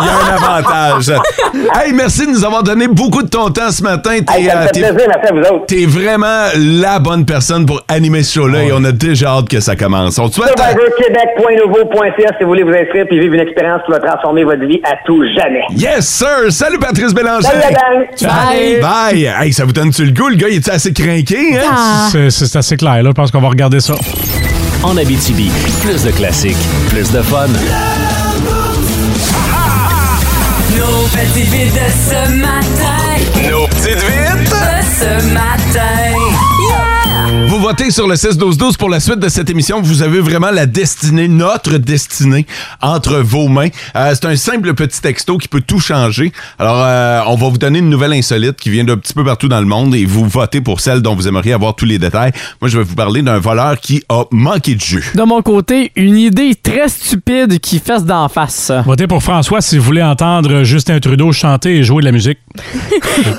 S3: il y a un avantage. Hey, merci de nous avoir donné beaucoup de ton temps ce matin.
S8: Hey,
S3: T'es,
S8: ça me
S3: euh,
S8: fait
S3: t'es-
S8: plaisir, merci à vous autres.
S3: t'es vraiment la bonne personne pour animer ce show-là et on a déjà hâte que ça commence. On te souhaite... euh,
S8: SurvivorQuébec.nouveau.ca si vous voulez vous inscrire puis vivre une expérience qui va transformer votre vie à tout jamais.
S3: Yes, sir! Salut, Patrice Bélanger!
S8: Salut la gang!
S3: Bye! Bye! Hey, ça vous donne-tu le goût? Le gars, il est assez craqué, hein?
S5: Ah.
S4: C'est c'est assez clair, là. Je pense qu'on va regarder ça.
S2: En Abitibi, plus de classiques, plus de fun.
S10: Nos petites vites de ce matin.
S2: Nos petites vites!
S10: De ce matin.
S3: Vous votez sur le 6-12-12 pour la suite de cette émission. Vous avez vraiment la destinée, notre destinée, entre vos mains. Euh, c'est un simple petit texto qui peut tout changer. Alors, euh, on va vous donner une nouvelle insolite qui vient d'un petit peu partout dans le monde et vous votez pour celle dont vous aimeriez avoir tous les détails. Moi, je vais vous parler d'un voleur qui a manqué de jus.
S5: De mon côté, une idée très stupide qui fesse d'en face.
S4: Votez pour François si vous voulez entendre Justin Trudeau chanter et jouer de la musique.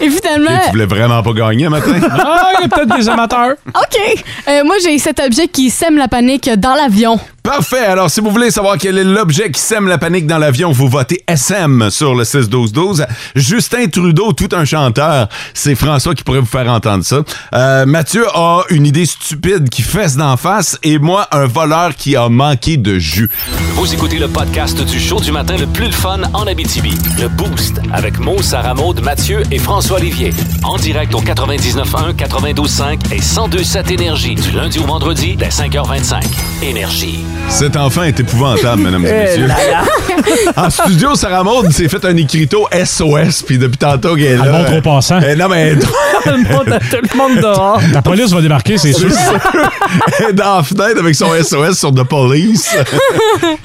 S7: Et finalement,
S3: Tu voulais vraiment pas gagner matin?
S4: Ah, il y a peut-être des amateurs.
S7: OK. Euh, moi, j'ai cet objet qui sème la panique dans l'avion.
S3: Parfait. Alors, si vous voulez savoir quel est l'objet qui sème la panique dans l'avion, vous votez SM sur le 6-12-12. Justin Trudeau, tout un chanteur, c'est François qui pourrait vous faire entendre ça. Euh, Mathieu a une idée stupide qui fesse d'en face et moi, un voleur qui a manqué de jus.
S2: Vous écoutez le podcast du show du matin le plus le fun en Abitibi. Le Boost avec Mo, Sarah Maud, Mathieu et François Olivier. En direct au 99.1, 92.5 et 102.7 Énergie du lundi au vendredi dès 5h25. Énergie.
S3: Cet enfant est épouvantable, mesdames
S5: [laughs] Eh
S3: et messieurs. [laughs] En studio, Sarah Maud s'est fait un écrito SOS, puis depuis tantôt qu'elle est là.
S4: Elle montre aux passants.
S3: Euh, non, mais
S5: [laughs]
S3: elle est-
S5: Tout le monde, tout le monde dehors.
S4: La police va débarquer, c'est sûr.
S3: [laughs] Elle est dans la fenêtre avec son SOS sur
S7: [laughs]
S3: The Police.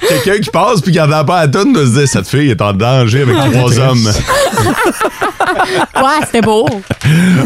S3: Quelqu'un qui passe puis qui n'entend pas la tonne de se dire Cette fille est en danger avec trois hommes.
S7: Ah, [laughs] Ouais, c'était beau.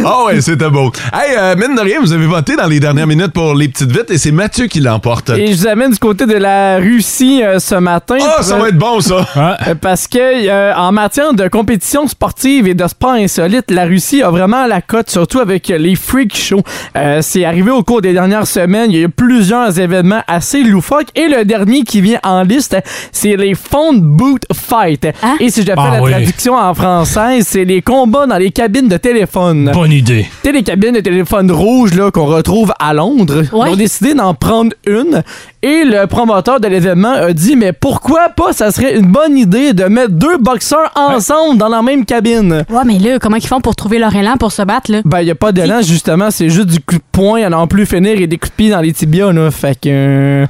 S3: Oh, ouais, c'était beau. Hey, euh, mine de rien, vous avez voté dans les dernières minutes pour les petites vites et c'est Mathieu qui l'emporte.
S5: Et je vous amène du côté de la Russie euh, ce matin.
S3: Oh, ça va être
S5: [laughs]
S3: bon, ça.
S4: Hein?
S5: Euh, Parce que euh, en matière de compétition sportive et de sport insolite, la Russie a vraiment la cote, surtout avec euh, les freak shows. Euh, c'est arrivé au cours des dernières semaines. Il y a eu plusieurs événements assez loufoques. Et le dernier qui vient en liste, c'est les Fond Boot Fight.
S7: Hein?
S5: Et si je fais
S4: Ah
S5: la
S4: oui.
S5: traduction en français, c'est les combats dans les cabines de téléphone.
S4: Bonne idée.
S5: Tu sais, les cabines de téléphone rouge là, qu'on retrouve à Londres,
S7: Ouais.
S5: ils ont décidé d'en prendre une. Et le promoteur de l'événement a dit Mais pourquoi pas, ça serait une bonne idée de mettre deux boxeurs ensemble dans la même cabine
S7: Ouais, mais là, comment ils font pour trouver leur élan pour se battre, là?
S5: ben, il a pas d'élan, justement, c'est juste du coup de poing à n'en plus finir et des coups de pied dans les tibias, là. Fait que. euh,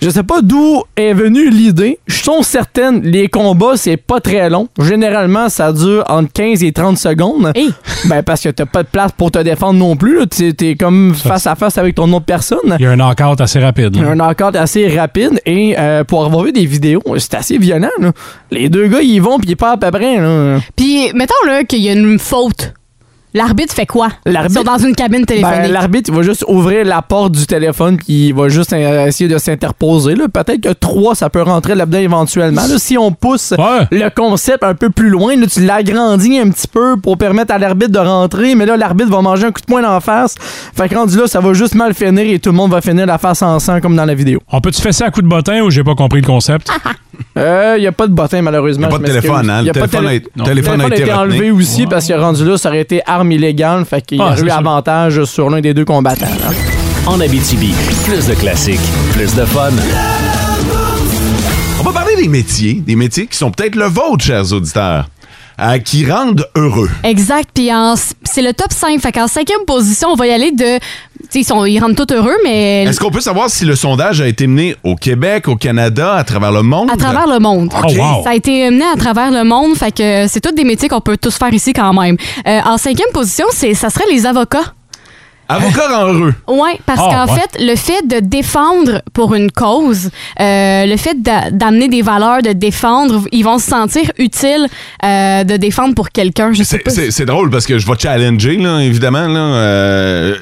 S5: je sais pas d'où est venue l'idée. Je suis certaine, les combats, c'est pas très long. Généralement, ça dure entre 15 et 30 secondes.
S7: Hey.
S5: Ben, parce que t'as pas de place pour te défendre non plus, là. T'es t'es comme face à face avec ton autre personne.
S4: [laughs] Il y a un knockout assez rapide. là.
S5: Un encore assez rapide et euh, pour avoir vu des vidéos, c'est assez violent. là. Les deux gars, ils vont puis ils partent à peu près. Là.
S7: Puis, mettons, là, qu'il y a une faute. L'arbitre fait quoi?
S5: L'arbitre-
S7: Ils sont dans une cabine
S5: Ben,
S7: téléphonique.
S5: l'arbitre, il va juste ouvrir la porte du téléphone puis il va juste euh, essayer de s'interposer. là. Peut-être que 3, ça peut rentrer là-dedans éventuellement. là. si on pousse
S4: Ouais.
S5: le concept un peu plus loin, là, tu l'agrandis un petit peu pour permettre à l'arbitre de rentrer, mais là, l'arbitre va manger un coup de poing d'en face. Fait que rendu là, ça va juste mal finir et tout le monde va finir la face en sang comme dans la vidéo.
S4: On peut-tu fesser à coup de bottin ou j'ai pas compris le concept?
S5: Il n'y Euh, a pas de bottin, malheureusement.
S3: Y a pas de
S5: je m'excuse.
S3: téléphone, hein?
S5: Y
S3: Le
S5: a pas de
S3: téléphone,
S5: télé-
S3: a, téléphone a été, retenu.
S5: enlevé aussi parce que rendu là, ça aurait été arme illégale. Fait qu'il y
S4: Ah,
S5: a
S4: c'est
S5: eu
S4: sûr.
S5: avantage sur l'un des deux combattants. hein. là.
S2: En Abitibi, plus de classiques, plus de fun.
S3: On va parler des métiers, des métiers qui sont peut-être le vôtre, chers auditeurs. euh, qui rendent heureux.
S7: Exact. Puis en- c'est le top 5. Fait qu'en cinquième position, on va y aller de. tu sais, Ils, sont, ils rendent tout heureux, mais
S3: Est-ce qu'on peut savoir si le sondage a été mené au Québec, au Canada, à travers le monde?
S7: à travers le monde.
S3: OK. Oh, wow.
S7: Ça a été mené à travers le monde. Fait que c'est tous des métiers qu'on peut tous faire ici quand même. Euh, en cinquième position, c'est, ça serait les avocats.
S3: Avocat rend heureux.
S7: Oui, parce
S3: Ah,
S7: qu'en
S3: ouais.
S7: fait, le fait de défendre pour une cause, euh, le fait d'a- d'amener des valeurs, de défendre, ils vont se sentir utiles euh, de défendre pour quelqu'un. Je sais
S3: C'est-
S7: pas.
S3: C'est c'est drôle parce que je vais challenger, là, évidemment. là. Euh,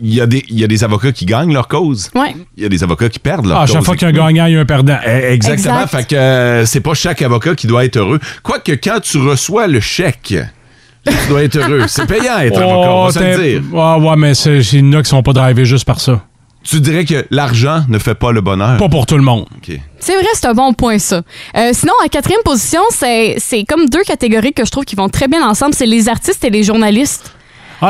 S3: Il y, a des- il y a des avocats qui gagnent leur cause.
S7: Ouais.
S3: Il y a des avocats qui perdent leur
S4: Ah, à
S3: cause.
S4: chaque fois qu'il y a un gagnant, il y a un perdant.
S3: Eh, Exactement.
S4: Exact.
S3: Fait que euh, c'est pas chaque avocat qui doit être heureux. Quoique quand tu reçois le chèque, là, tu dois être heureux. C'est payant être avocat, on va se le
S4: Oh, t'es-
S3: dire.
S4: Ah ouais, mais c'est c'est- il y en a qui sont pas drivés juste par ça.
S3: Tu dirais que l'argent ne fait pas le bonheur.
S4: Pas pour tout le monde.
S3: OK.
S7: C'est vrai, c'est un bon point, ça. Euh, sinon, en quatrième position, c'est c'est comme deux catégories que je trouve qui vont très bien ensemble. C'est les artistes et les journalistes.
S5: Euh,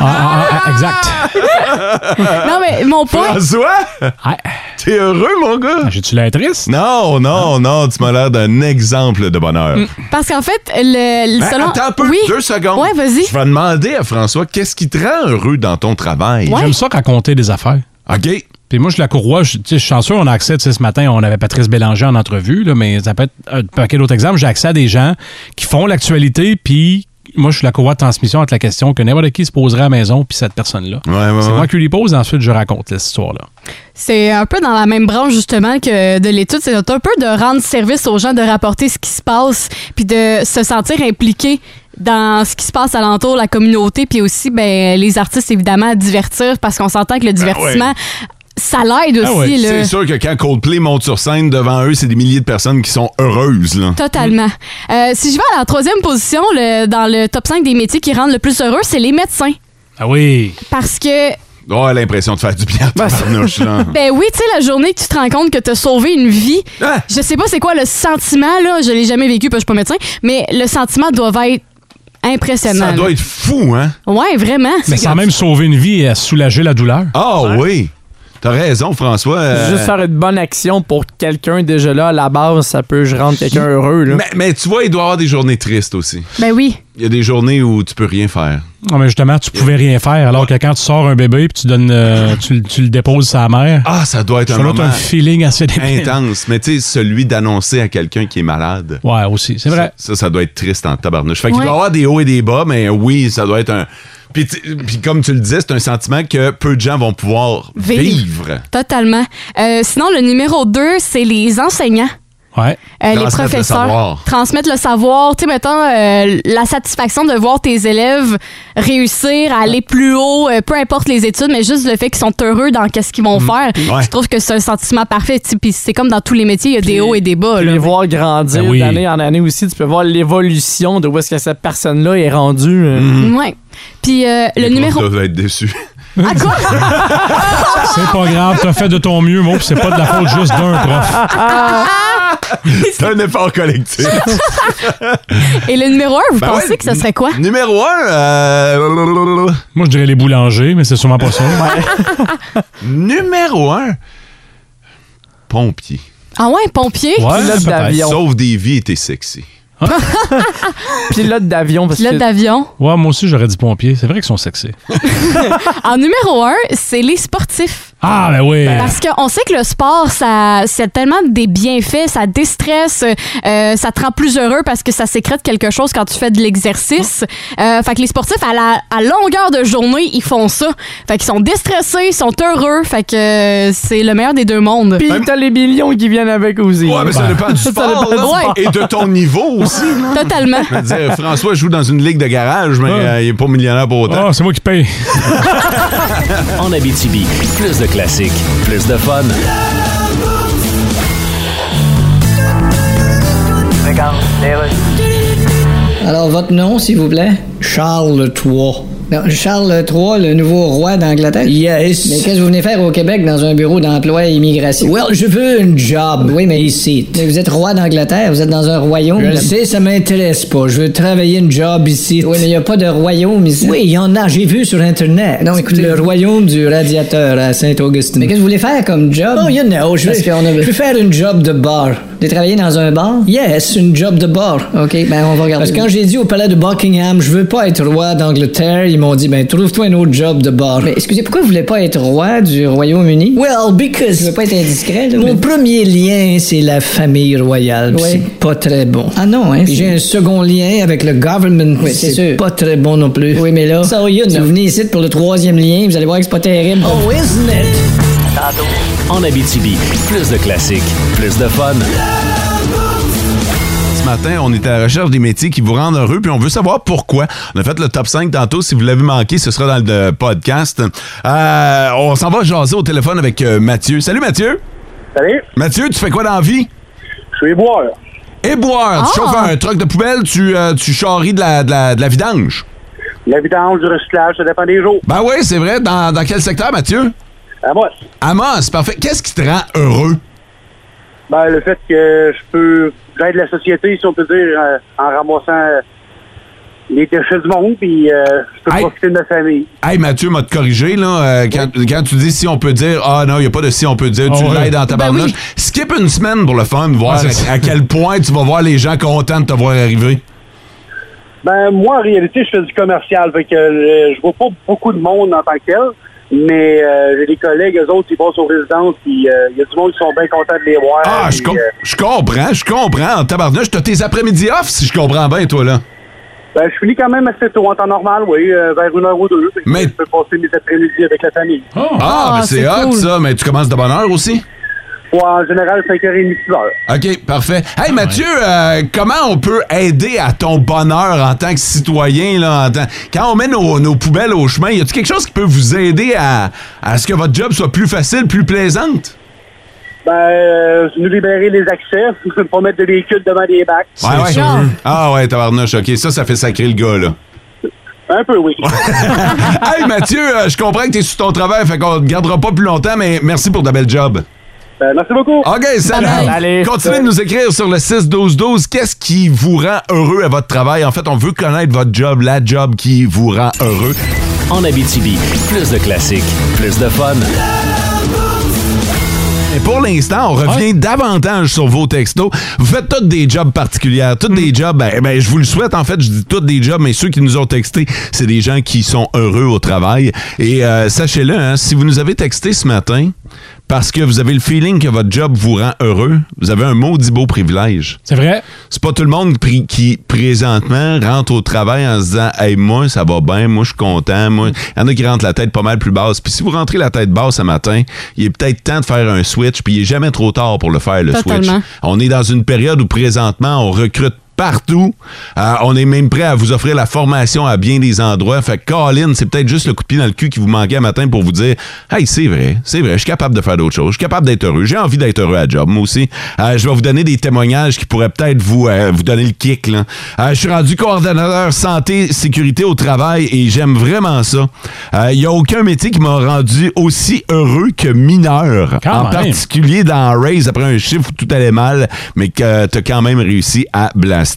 S4: Ah, exact.
S7: [laughs] Non, mais mon point...
S3: Euh, François? [laughs] T'es heureux, mon gars?
S4: Ah, J'ai-tu Hein? l'air triste?
S3: Non, non, non, tu m'as l'air d'un exemple de bonheur.
S7: Mm. Parce qu'en fait, le, le
S3: Ben,
S7: selon...
S3: attends un peu,
S7: oui.
S3: deux secondes.
S7: Ouais, vas-y.
S3: Je vais demander à François, qu'est-ce qui te rend heureux dans ton travail?
S4: J'aime ça raconter des affaires.
S3: OK.
S4: Puis moi, je la courroie, je tu sais, je suis chanceux, on a accès, tu sais, ce matin, on avait Patrice Bélanger en entrevue, là, mais ça peut être un paquet d'autres exemples. J'ai accès à des gens qui font l'actualité, puis moi, je suis la courroie de transmission entre la question que n'importe qui se poserait à la maison, puis cette personne-là.
S3: ouais,
S4: C'est
S3: ouais.
S4: moi qui lui pose, ensuite, je raconte cette histoire-là.
S7: C'est un peu dans la même branche, justement, que de l'étude. C'est un peu de rendre service aux gens, de rapporter ce qui se passe, puis de se sentir impliqué dans ce qui se passe alentour, la communauté, puis aussi, ben, les artistes, évidemment, à divertir, parce qu'on s'entend que le
S3: Ben
S7: divertissement, ça l'aide aussi.
S3: Ah ouais,
S7: là.
S3: C'est sûr que quand Coldplay monte sur scène, devant eux, c'est des milliers de personnes qui sont heureuses. Là.
S7: Totalement. Euh, si je vais à la troisième position, le- dans le top 5 des métiers qui rendent le plus heureux, c'est les médecins.
S4: Ah oui.
S7: Parce que,
S3: Oh, l'impression de faire du bien à
S7: Bah, [laughs]
S3: tabarnouche, là.
S7: ben oui, tu sais, la journée que tu te rends compte que tu as sauvé une vie,
S3: Ah!
S7: je sais pas c'est quoi le sentiment, là, je l'ai jamais vécu parce que je suis pas médecin, mais le sentiment doit être impressionnant.
S3: Ça
S7: là.
S3: doit être fou, hein?
S7: Ouais, vraiment.
S4: [laughs] Mais sans même sauver une vie et à soulager la douleur.
S3: Ah oui! T'as raison, François. euh,
S5: Juste faire une bonne action pour quelqu'un déjà là, à la base, ça peut je rendre quelqu'un heureux. Là.
S3: Mais, mais tu vois, il doit y avoir des journées tristes aussi.
S7: Ben oui.
S3: Il y a des journées où tu peux rien faire.
S4: Non, mais justement, tu pouvais rien faire, alors que quand tu sors un bébé puis tu donnes, euh, tu, le- tu le déposes à la mère.
S3: Ah, ça doit être
S4: ça
S3: un
S4: doit
S3: moment
S4: un feeling assez débile.
S3: intense. Mais tu sais, celui d'annoncer à quelqu'un qui est malade.
S4: Ouais, aussi, c'est vrai.
S3: Ça, ça doit être triste en tabarnouche. Fait qu'il
S4: Ouais.
S3: doit y avoir des hauts et des bas, mais oui, ça doit être un... Puis, tu- puis comme tu le disais, c'est un sentiment que peu de gens vont pouvoir
S7: Vivre.
S3: vivre.
S7: Totalement. Euh, sinon, le numéro 2, c'est les enseignants.
S4: Ouais.
S7: Euh, les
S3: Transmettre le
S7: professeurs
S3: savoir.
S7: transmettre le savoir, tu sais mettons euh, la satisfaction de voir tes élèves réussir à aller plus haut, euh, peu importe les études, mais juste le fait qu'ils sont heureux dans qu'est-ce qu'ils vont
S3: Mm.
S7: faire.
S5: Ouais.
S7: Je trouve que c'est un sentiment parfait, tu sais, puis c'est comme dans tous les métiers, il y a des hauts et des bas. là.
S5: les voir grandir
S4: Ben oui.
S5: d'année en année aussi, tu peux voir l'évolution de où est-ce que cette personne-là est rendue. euh.
S4: Mhm.
S3: mm.
S7: Ouais. Puis euh, le numéro
S3: doivent être déçus.
S7: [laughs] Ah, quoi?
S4: [laughs] C'est pas grave, t'as fait de ton mieux, moi, pis c'est pas de la faute juste d'un prof.
S3: [laughs]
S5: Ah.
S3: C'est un
S5: [laughs]
S3: effort collectif.
S7: et le numéro 1, vous
S3: Ben
S7: pensez
S3: ouais,
S7: que ce serait quoi
S3: Numéro un, euh,
S4: Moi, je dirais les boulangers, mais c'est sûrement pas ça.
S3: numéro un, pompier.
S7: Ah ouais, pompier.
S4: Ouais,
S5: Pilote
S4: peut-être.
S5: d'avion.
S3: Sauve des vies et t'es sexy.
S5: [laughs] Pilote d'avion. parce
S7: Pilote
S5: que-
S3: [laughs]
S7: d'avion.
S4: Ouais, moi aussi, j'aurais dit pompier. C'est vrai qu'ils sont sexy.
S7: En numéro 1, c'est les sportifs.
S4: Ah, ben oui.
S7: Parce qu'on sait que le sport, ça, c'est tellement des bienfaits, ça déstresse, euh, ça te rend plus heureux parce que ça sécrète quelque chose quand tu fais de l'exercice. Euh, fait que les sportifs, à, la, à longueur de journée, ils font ça. Fait qu'ils sont déstressés, ils sont heureux. Fait que euh, c'est le meilleur des deux mondes.
S5: Puis
S3: Ben-
S5: t'as les millions qui viennent avec aussi.
S3: Ouais, mais ça dépend
S5: [laughs]
S3: du
S5: Ça
S3: sport
S5: dépend du
S3: là,
S5: sport.
S3: et de ton niveau aussi.
S7: Totalement.
S3: Je veux dire, François joue dans une ligue de garage, mais
S4: Ouais.
S3: euh, il est pas millionnaire pour autant.
S4: Ah, c'est moi qui paye.
S2: En Abitibi, plus de classiques, plus de fun.
S9: Alors, votre nom, s'il vous plaît? Charles III. Non, Charles III, le nouveau roi d'Angleterre? Yes. Mais qu'est-ce que vous venez faire au Québec dans un bureau d'emploi et immigration? Well, je veux un job. Oui, mais ici. Mais vous êtes roi d'Angleterre, vous êtes dans un royaume. Je sais, ça m'intéresse pas. Je veux travailler une job ici. Oui, mais il n'y a pas de royaume ici. Oui, il y en a, j'ai vu sur Internet. Non, écoutez. Le royaume du radiateur à Saint-Augustin. Mais qu'est-ce que vous voulez faire comme job? Oh, you know, je veux, je veux faire une job de bar. De travailler dans un bar? Yes, une job de bar. OK, ben on va regarder. Parce que quand j'ai dit au palais de Buckingham, je veux pas être roi d'Angleterre, ils m'ont dit, ben trouve-toi un autre job de bar. Mais Ben, excusez, pourquoi vous voulez pas être roi du Royaume-Uni? Well, because... Je veux pas être indiscret, là. Mon premier lien, c'est la famille royale. puis
S11: Ouais.
S9: C'est pas très bon. Ah non, hein? J'ai un second lien avec le government.
S11: Oui,
S9: puis
S11: c'est
S9: c'est
S11: sûr.
S9: pas très bon non plus. Oui, mais là... So you know. Si [laughs] vous venez ici pour le troisième lien, vous allez voir que c'est pas terrible. Oh, isn't it?
S2: En Abitibi, plus de classiques, plus de fun.
S3: Ce matin, on est à la recherche des métiers qui vous rendent heureux, puis on veut savoir pourquoi. On a fait le top 5 tantôt. Si vous l'avez manqué, ce sera dans le podcast. Euh, on s'en va jaser au téléphone avec euh, Mathieu. Salut Mathieu!
S12: Salut!
S3: Mathieu, tu fais quoi dans la vie?
S12: Je suis éboire.
S3: Éboire! Tu
S12: Ah!
S3: chauffes un truck de poubelle, tu, euh, tu charries de la, de la- de la vidange.
S12: La vidange, du recyclage, ça dépend des jours.
S3: Ben oui, c'est vrai. Dans, dans quel secteur, Mathieu?
S12: Amos.
S3: Amos, parfait. Qu'est-ce qui te rend heureux?
S12: Ben, le fait que je peux, j'aide la société, si on peut dire, euh, en ramassant euh, les déchets du monde, puis euh, je peux profiter de ma famille.
S3: Hey Mathieu m'a te corrigé là, euh, quand, quand tu dis si on peut dire ah non, il n'y a pas de si on peut dire, tu
S4: Ah ouais.
S3: l'aides dans ta
S4: Ben
S3: barnoche.
S4: oui.
S3: Skip une semaine pour le fun, voir
S4: Ah, c'est
S3: à,
S4: ça.
S3: à quel point tu vas voir les gens contents de te voir arriver.
S12: Ben, moi, en réalité, je fais du commercial, fait que euh, je vois pas beaucoup de monde en tant que tel, mais euh, j'ai des collègues, eux autres, ils passent aux résidences, puis euh, il y a du monde qui sont bien contents de les voir.
S3: Ah, je,
S12: puis,
S3: com-
S12: euh,
S3: je comprends, je comprends. En tabarnouche, t'as tes après-midi off si je comprends bien toi là.
S12: ben, je finis quand même assez tôt, en temps normal, oui, euh, vers une heure ou deux, fait que
S3: Mais-
S12: je peux passer mes après-midi avec la famille.
S4: Oh.
S3: ah, mais c'est hot ça, mais tu commences de bonne heure aussi.
S12: Ouais, en général, 5h30, 6h.
S3: OK, parfait. Hey Mathieu, euh, comment on peut aider à ton bonheur en tant que citoyen? Là, en tant- Quand on met nos, nos poubelles au chemin, y a-t-il quelque chose qui peut vous aider à, à ce que votre job soit plus facile, plus plaisante?
S12: Ben, euh, nous libérer les accès, [laughs] pas mettre de véhicules devant les bacs.
S3: Ouais, ouais. Ah ouais, tabarnouche, OK. Ça, ça fait sacrer le gars, là.
S12: Un peu, oui.
S3: [laughs] hey Mathieu, euh, je comprends que t'es sur ton travail, fait qu'on te gardera pas plus longtemps, mais merci pour ta belle job.
S12: Ben, merci beaucoup.
S3: OK, salut.
S12: Bye bye. Allez.
S3: Continuez de nous écrire sur le 6-12-12. Qu'est-ce qui vous rend heureux à votre travail? En fait, on veut connaître votre job, la job qui vous rend heureux.
S2: En Abitibi, plus de classiques, plus de fun.
S3: Et pour l'instant, on revient davantage sur vos textos. Vous faites tous des jobs particulières, tous des jobs. Ben, ben, je vous le souhaite, en fait, je dis tous des jobs, mais ceux qui nous ont texté, c'est des gens qui sont heureux au travail. Et euh, sachez-le, hein, si vous nous avez texté ce matin parce que vous avez le feeling que votre job vous rend heureux, vous avez un maudit beau privilège.
S4: C'est vrai?
S3: C'est pas tout le monde pri- qui, présentement, rentre au travail en se disant Hey, moi, ça va bien, moi, je suis content. Moi. Il y en a qui rentrent la tête pas mal plus basse. Puis si vous rentrez la tête basse ce matin, il est peut-être temps de faire un switch, puis il est jamais trop tard pour le faire, le
S7: Totalement.
S3: switch. Hein? On est dans une période où présentement, on recrute partout. Euh, on est même prêt à vous offrir la formation à bien des endroits. Fait que, Colin, c'est peut-être juste le coup de pied dans le cul qui vous manquait un matin pour vous dire Hey, c'est vrai, c'est vrai, je suis capable de faire d'autres choses, je suis capable d'être heureux, j'ai envie d'être heureux à job, moi aussi. Euh, je vais vous donner des témoignages qui pourraient peut-être vous, euh, vous donner le kick. là. Euh, je suis rendu coordonnateur santé, sécurité au travail et j'aime vraiment ça. Il n'y a aucun métier qui m'a rendu aussi heureux que mineur.
S4: Quand
S3: en
S4: même.
S3: particulier particulier dans Raise après un chiffre où tout allait mal, mais que t'as quand même réussi à blaster.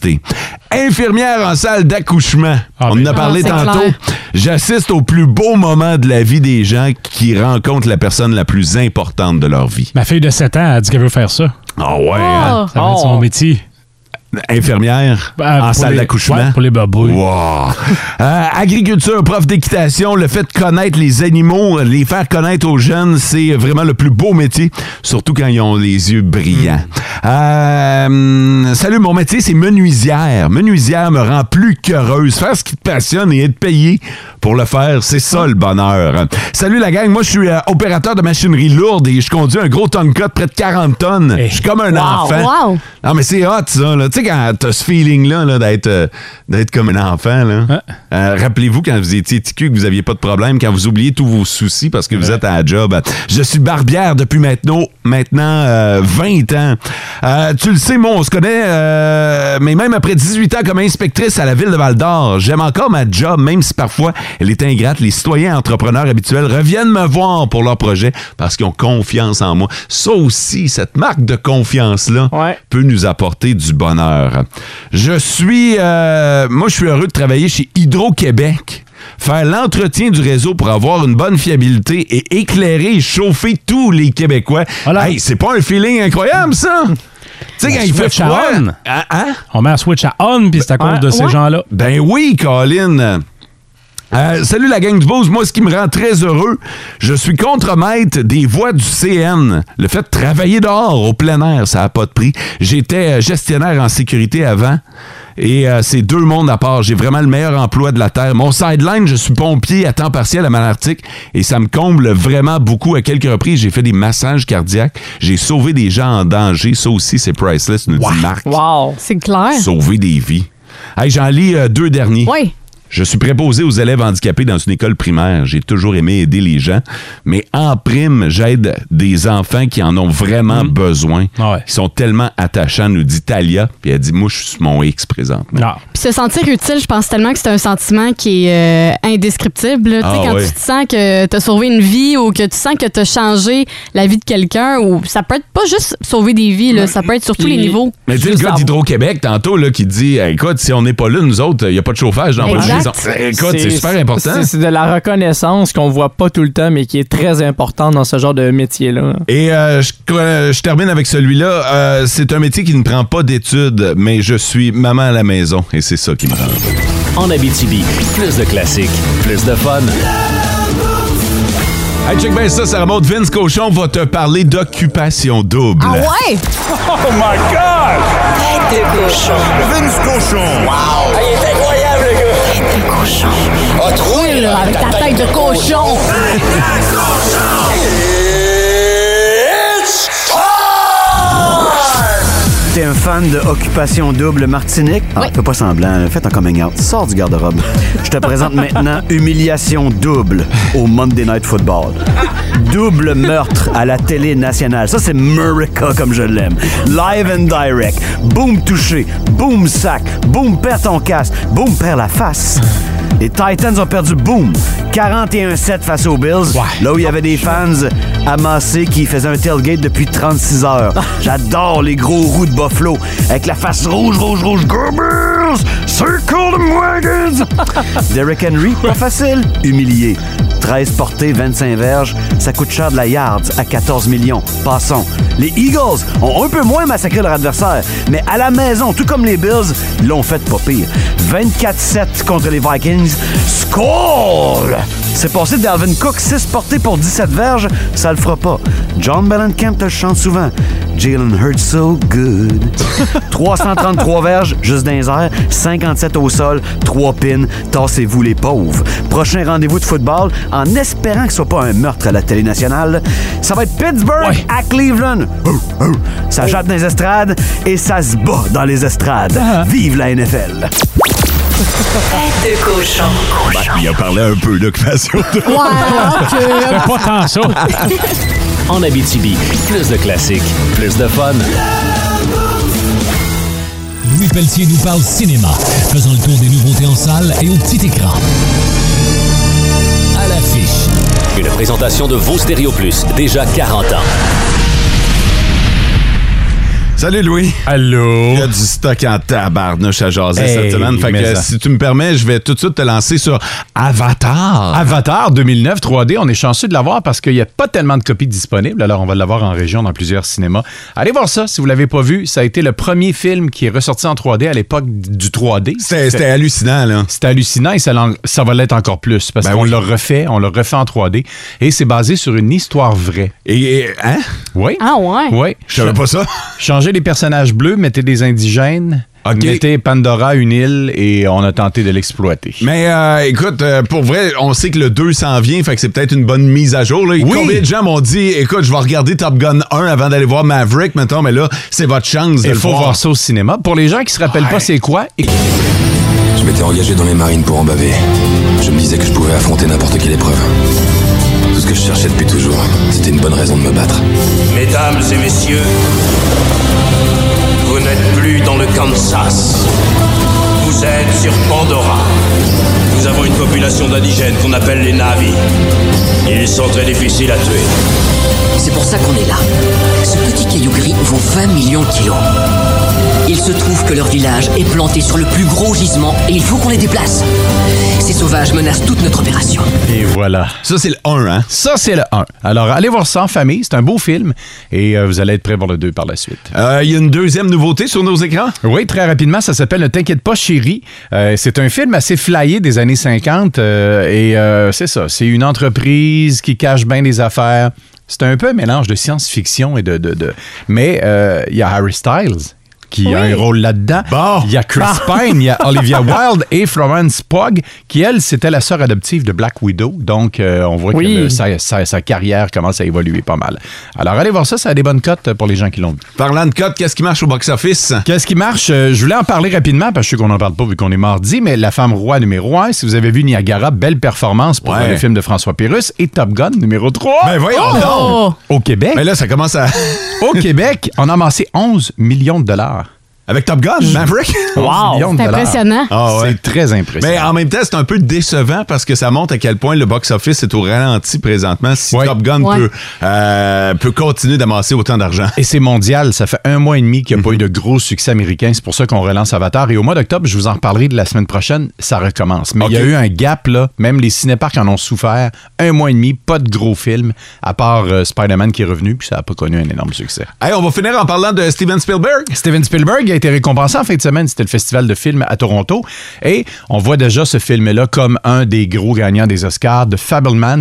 S3: Infirmière en salle d'accouchement. On en
S4: ben.
S3: a parlé
S4: Ah, c'est
S3: tantôt.
S4: clair.
S3: J'assiste au plus beau moment de la vie des gens qui rencontrent la personne la plus importante de leur vie.
S4: Ma fille de 7 ans a dit qu'elle veut faire ça.
S3: Ah ouais. hein?
S4: Ça va être son métier.
S3: Infirmière
S4: Ben,
S3: en
S4: pour
S3: salle
S4: les-
S3: d'accouchement.
S4: ouais, pour les babouilles.
S3: Wow. Euh, agriculture, prof d'équitation, le fait de connaître les animaux, les faire connaître aux jeunes, c'est vraiment le plus beau métier, surtout quand ils ont les yeux brillants.
S4: Mm.
S3: Euh, hum, salut, mon métier, c'est menuisière. Menuisière me rend plus qu'heureuse. Faire ce qui te passionne et être payé pour le faire, c'est ça le bonheur. Salut la gang, moi je suis euh, opérateur de machinerie lourde et je conduis un gros tonka de près de 40 tonnes.
S4: Eh.
S3: Je suis comme un
S7: Wow.
S3: enfant.
S7: Wow.
S3: Non, mais c'est hot, ça. là. Tu sais, quand t'as ce feeling-là là, d'être euh, d'être comme un enfant, là. Euh, rappelez-vous quand vous étiez TQ que vous aviez pas de problème, quand vous oubliez tous vos soucis parce que vous êtes à la job. Je suis barbière depuis maintenant, maintenant euh, 20 ans. Euh, tu le sais, moi, on se connaît, euh, mais même après 18 ans comme inspectrice à la ville de Val-d'Or, j'aime encore ma job, même si parfois elle est ingrate. Les citoyens entrepreneurs habituels reviennent me voir pour leur projet parce qu'ils ont confiance en moi. Ça aussi, cette marque de confiance-là peut nous apporter du bonheur. Je suis... euh, moi, je suis heureux de travailler chez Hydro-Québec. Faire l'entretien du réseau pour avoir une bonne fiabilité et éclairer et chauffer tous les Québécois. Hey, c'est pas un feeling incroyable, ça? Tu sais,
S4: On
S3: quand il fait
S4: switch à
S3: froid.
S4: on.
S3: Hein, hein?
S4: On met la switch à on, puis c'est à cause de ces
S3: Ouais.
S4: gens-là.
S3: Ben oui, Colin. Euh, salut la gang du Bose. Moi, ce qui me rend très heureux, je suis contremaître des voies du CN. Le fait de travailler dehors, au plein air, ça n'a pas de prix. J'étais euh, gestionnaire en sécurité avant. Et euh, c'est deux mondes à part. J'ai vraiment le meilleur emploi de la Terre. Mon sideline, je suis pompier à temps partiel à Malartic et ça me comble vraiment beaucoup. À quelques reprises, j'ai fait des massages cardiaques. J'ai sauvé des gens en danger. Ça aussi, c'est priceless, nous dit Marc.
S5: Wow.
S7: C'est
S10: Ah
S7: clair.
S3: [laughs] Sauver des vies. Hey, J'en lis euh, deux derniers.
S7: Oui.
S3: Je suis préposé aux élèves handicapés dans une école primaire. J'ai toujours aimé aider les gens, mais en prime, j'aide des enfants qui en ont vraiment besoin. Ils sont tellement attachants, nous dit Talia. Puis elle dit, moi, je suis sur mon X présentement.
S7: Puis se sentir utile, je pense tellement que c'est un sentiment qui est euh, indescriptible. là. Tu sais,
S3: Ah,
S7: quand
S3: ouais.
S7: tu te sens que tu as sauvé une vie ou que tu sens que tu as changé la vie de quelqu'un, ou ça peut être pas juste sauver des vies, là, ça peut être sur tous les niveaux.
S3: Mais tu sais, le gars d'Hydro-Québec, tantôt, là, qui dit Hey, Écoute, si on n'est pas là, nous autres, il n'y a pas de chauffage dans votre
S5: Exact.
S3: maison. Écoute, c'est super important.
S5: C'est c'est de la reconnaissance qu'on voit pas tout le temps, mais qui est très importante dans ce genre de métier-là.
S3: Et euh, je, euh, je termine avec celui-là. Euh, c'est un métier qui ne prend pas d'études, mais je suis maman à la maison et c'est ça qui me rend. heureux.
S2: En Abitibi, plus de classiques, plus de fun.
S3: Hey, check bien ça, Sarah Maud. Vince Cochon va te parler d'occupation double.
S7: ouais?
S10: Oh my God! Ah Tête de cochon. Vince cochon. Wow! il est incroyable, le gars! Tête de cochon. Ah, troué, là, avec ta tête de cochon!
S11: T'es un fan de Occupation Double Martinique? Ah, fais pas semblant, là. fais un coming out. Sors du garde-robe. Je te présente maintenant Humiliation Double au Monday Night Football. Double meurtre à la télé nationale. Ça, c'est Murica comme je l'aime. Live and direct. Boom touché. Boom sac. Boom perd ton casque. Boom perd la face. Les Titans ont perdu, boom, 41-7 face aux Bills. Là où il y avait des fans amassés qui faisaient un tailgate depuis 36 heures. J'adore les gros roues de Buffalo avec la face rouge, rouge, rouge. Go Bills! Circle them wagons! Derrick Henry, pas facile, humilié. 13 portées, 25 verges, ça coûte cher de la yard à 14 millions. Passons. Les Eagles ont un peu moins massacré leur adversaire, mais à la maison, tout comme les Bills, ils l'ont fait pas pire. 24-7 contre les Vikings. Score! C'est passé de Dalvin Cook, 6 portées pour 17 verges, ça le fera pas. John Mellencamp te le chante souvent. Jalen hurts so good. [laughs] 333 verges, juste dans les airs, 57 au sol, 3 pins, tassez-vous les pauvres. Prochain rendez-vous de football, en espérant que ce soit pas un meurtre à la télé nationale, ça va être Pittsburgh à Cleveland. Hou, hou. Ça jappe dans les estrades et ça se bat dans les estrades. Vive la NFL!
S10: Tête de cochon.
S3: Ben,
S2: Bah,
S3: il a parlé un peu d'occupation double.
S10: ok.
S2: pas tant ça. en Abitibi, plus de classiques, plus de fun.
S6: Louis Pelletier nous parle cinéma, faisant le tour des nouveautés en salle et au petit écran. À l'affiche.
S2: Une présentation de vos Stéréo Plus, déjà 40 ans.
S3: Salut Louis.
S4: Allô.
S3: Il y a du stock en tabarnouche à jaser
S13: Hey,
S3: cette semaine. Fait
S13: mais
S3: que
S13: ça.
S3: si tu me permets, je vais tout de suite te lancer sur Avatar.
S13: Avatar 2009 3D, on est chanceux de l'avoir parce qu'il n'y a pas tellement de copies disponibles. Alors, on va l'avoir en région dans plusieurs cinémas. Allez voir ça si vous ne l'avez pas vu. Ça a été le premier film qui est ressorti en 3D à l'époque du 3D.
S3: C'était hallucinant, là. Ben
S13: C'était hallucinant et ça, l'en- ça va l'être encore plus parce qu'on l'a refait, on l'a refait en 3D et c'est basé sur une histoire vraie.
S3: Et, hein?
S13: Oui.
S7: Ah ouais?
S13: Oui.
S3: Je savais
S13: [laughs]
S3: pas ça.
S13: Changer les personnages bleus, mettez des indigènes, mettez Pandora une île et on a tenté de l'exploiter.
S3: Mais euh, écoute, euh, pour vrai, on sait que le 2 s'en vient, fait que c'est peut-être une bonne mise à jour. Là. Combien de gens m'ont dit, écoute, je vais regarder Top Gun 1 avant d'aller voir Maverick, mettons, mais là, c'est votre chance de
S13: Il
S3: le
S13: faut
S3: voir.
S13: voir ça au cinéma. Pour les gens qui se rappellent pas c'est quoi,
S14: Je m'étais engagé dans les marines pour en baver. Je me disais que je pouvais affronter n'importe quelle épreuve. Tout ce que je cherchais depuis toujours, c'était une bonne raison de me battre.
S15: Mesdames et messieurs, vous n'êtes plus dans le Kansas. Vous êtes sur Pandora. Nous avons une population d'indigènes qu'on appelle les Navis. Ils sont très difficiles à tuer.
S16: C'est pour ça qu'on est là. Ce petit caillou gris vaut 20 millions de kilos. Il Il se trouve que leur village est planté sur le plus gros gisement et il faut qu'on les déplace. Ces sauvages menacent toute notre opération.
S13: Et voilà.
S3: Ça, c'est le 1, hein?
S13: Ça, c'est le 1. Alors, allez voir ça en famille. C'est un beau film. Et euh, vous allez être prêts pour le 2 par la suite.
S3: Euh, Il y a une deuxième nouveauté sur nos écrans?
S13: Oui, très rapidement. Ça s'appelle Ne t'inquiète pas, chérie. Euh, c'est un film assez flyé des années 50. euh, et euh, c'est ça. C'est une entreprise qui cache bien des affaires. C'est un peu un mélange de science-fiction et de. de- de- Mais euh, il y a Harry Styles qui a un rôle là-dedans. Il y a Chris
S10: Bon.
S13: Pine, il y a Olivia Wilde et Florence Pugh, qui, elle, c'était la sœur adoptive de Black Widow. Donc, euh, on voit
S5: Oui.
S13: que le- sa, sa- sa carrière commence à évoluer pas mal. Alors, allez voir ça, ça a des bonnes cotes pour les gens qui l'ont vu.
S3: Parlant de cotes, qu'est-ce qui marche au box-office?
S13: Qu'est-ce qui marche? Euh, je voulais en parler rapidement, parce que je sais qu'on n'en parle pas vu qu'on est mardi, mais La femme roi numéro 1, si vous avez vu Niagara, belle performance pour
S3: Ouais.
S13: le film de François Pérus, et Top Gun numéro 3.
S3: Ben voyons donc!
S13: Au Québec.
S3: Mais là, ça commence à.
S13: Au Québec, on a amassé 11 millions de dollars.
S3: Avec Top Gun, Maverick?
S13: 11 millions de
S7: C'est
S13: dollars.
S7: impressionnant.
S3: Ah ouais.
S13: C'est très impressionnant.
S3: Mais en même temps, c'est un peu décevant parce que ça montre à quel point le box-office est au ralenti présentement. Si Top Gun
S13: Ouais.
S3: peut, euh, peut continuer d'amasser autant d'argent. Mhm.
S13: Et c'est mondial. Ça fait un mois et demi qu'il n'y a pas eu de gros succès américain. C'est pour ça qu'on relance Avatar. Et au mois d'octobre, je vous en reparlerai de la semaine prochaine. Ça recommence. Mais il y a eu un gap, là. Même les cinéparcs en ont souffert. Un mois et demi, pas de gros films, à part euh, Spider-Man qui est revenu, puis ça n'a pas connu un énorme succès.
S3: Hey, on va finir en parlant de Steven Spielberg.
S13: Steven Spielberg a été récompensé en fin de semaine. C'était le festival de films à Toronto. Et on voit déjà ce film-là comme un des gros gagnants des Oscars, de Fablemans.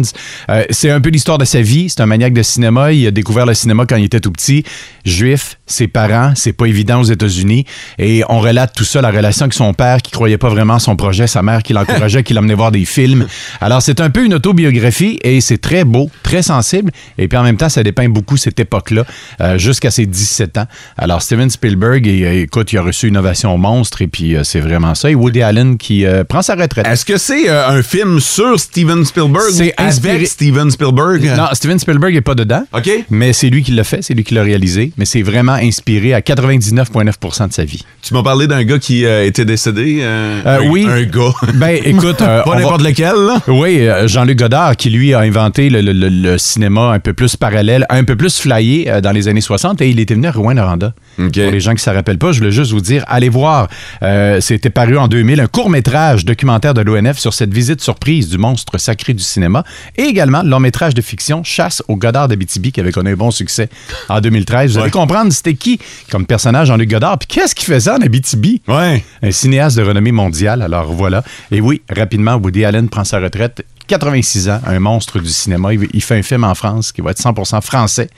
S13: Euh, c'est un peu l'histoire de sa vie. C'est un maniaque de cinéma. Il a découvert le cinéma quand il était tout petit. Juif, ses parents, c'est pas évident aux États-Unis. Et on relate tout ça, la relation avec son père qui croyait pas vraiment à son projet, sa mère qui l'encourageait, qui l'emmenait voir des films. Alors c'est un peu une autobiographie et c'est très beau, très sensible. Et puis en même temps, ça dépeint beaucoup cette époque-là, euh, jusqu'à ses 17 ans. Alors Steven Spielberg, et, euh, écoute, il a reçu une ovation monstre et puis euh, c'est vraiment ça. Et Woody Allen qui euh, prend sa retraite.
S3: Est-ce que c'est euh, un film sur Steven Spielberg
S13: C'est
S3: ou
S13: inspiré-
S3: avec Steven Spielberg?
S13: Non, Steven Spielberg n'est pas dedans.
S3: OK.
S13: Mais c'est lui qui l'a fait, c'est lui qui l'a réalisé. Mais c'est vraiment inspiré à 99,9 de sa vie.
S3: Tu m'as parlé d'un gars qui euh, était décédé. euh,
S13: Euh,
S3: un-
S13: oui.
S3: Un gars.
S13: Ben,
S3: [laughs]
S13: écoute. euh, on
S3: Pas
S13: va-
S3: n'importe lequel, là.
S13: Oui, euh, Jean-Luc Godard, qui lui a inventé le, le- le- le cinéma un peu plus parallèle, un peu plus flyé euh, dans les années 60, et il était venu à Rouen-Noranda. Pour les gens qui ne s'en rappellent pas, je voulais juste vous dire, allez voir. Euh, C'était paru en 2000, un court-métrage documentaire de l'ONF sur cette visite surprise du monstre sacré du cinéma, et également le long-métrage de fiction Chasse au Godard d'Abitibi, qui avait connu un bon succès en 2013. Vous allez comprendre c'était qui comme personnage Jean-Luc Godard, puis qu'est-ce qu'il faisait en Abitibi.
S3: Ouais.
S13: Un cinéaste de renommée mondiale, alors voilà. Et oui, rapidement, Woody Allen prend sa retraite. 86 ans, un monstre du cinéma. Il, il fait un film en France qui va être 100% français.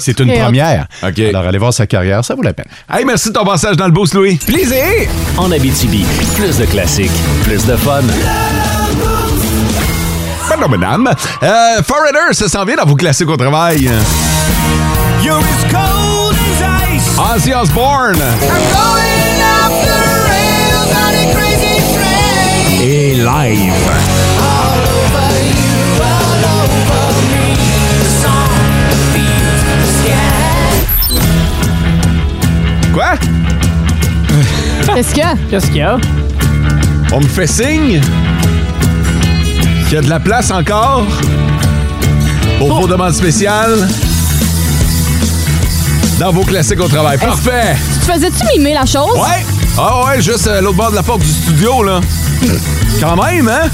S13: C'est une
S2: Et hop.
S13: première. Alors allez voir sa carrière, ça vaut la peine.
S3: Hey, merci de ton passage dans le boost, Louis.
S2: Plaisir! En Abitibi, plus de classiques, plus de fun.
S3: Pardon, madame. Euh, Foreigner, ça s'en vient dans vos classiques au travail.
S10: You're as cold as ice.
S3: Ozzy Osbourne.
S10: Et live.
S3: Quoi?
S7: Qu'est-ce qu'il y a?
S5: Qu'est-ce qu'il y a?
S3: On me fait signe qu'il y a de la place encore pour vos demandes spéciales dans vos classiques au travail. Parfait!
S7: Tu te faisais-tu mimer la chose?
S3: Ouais! Ah ouais, juste euh, l'autre bord de la porte du studio, là. Quand même, hein?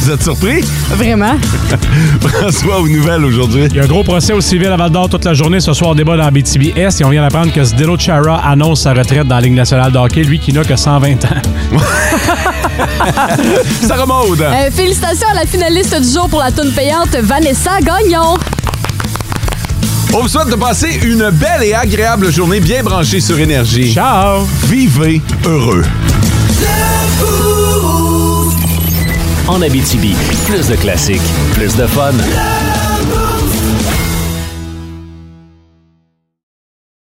S3: Vous êtes surpris?
S7: Vraiment.
S3: [laughs] François aux nouvelles aujourd'hui.
S4: Il y a un gros procès au civil à Val-d'Or toute la journée. Ce soir, débat dans BTBS et on vient d'apprendre que Zdeno Chara annonce sa retraite dans la Ligue nationale de hockey, lui qui n'a que 120 ans.
S3: [laughs] ça remonte!
S7: Euh, félicitations à la finaliste du jour pour la toune payante, Vanessa Gagnon.
S3: On vous souhaite de passer une belle et agréable journée bien branchée sur Énergie.
S4: Ciao!
S3: Vivez heureux.
S2: En Abitibi, plus de classiques, plus de fun.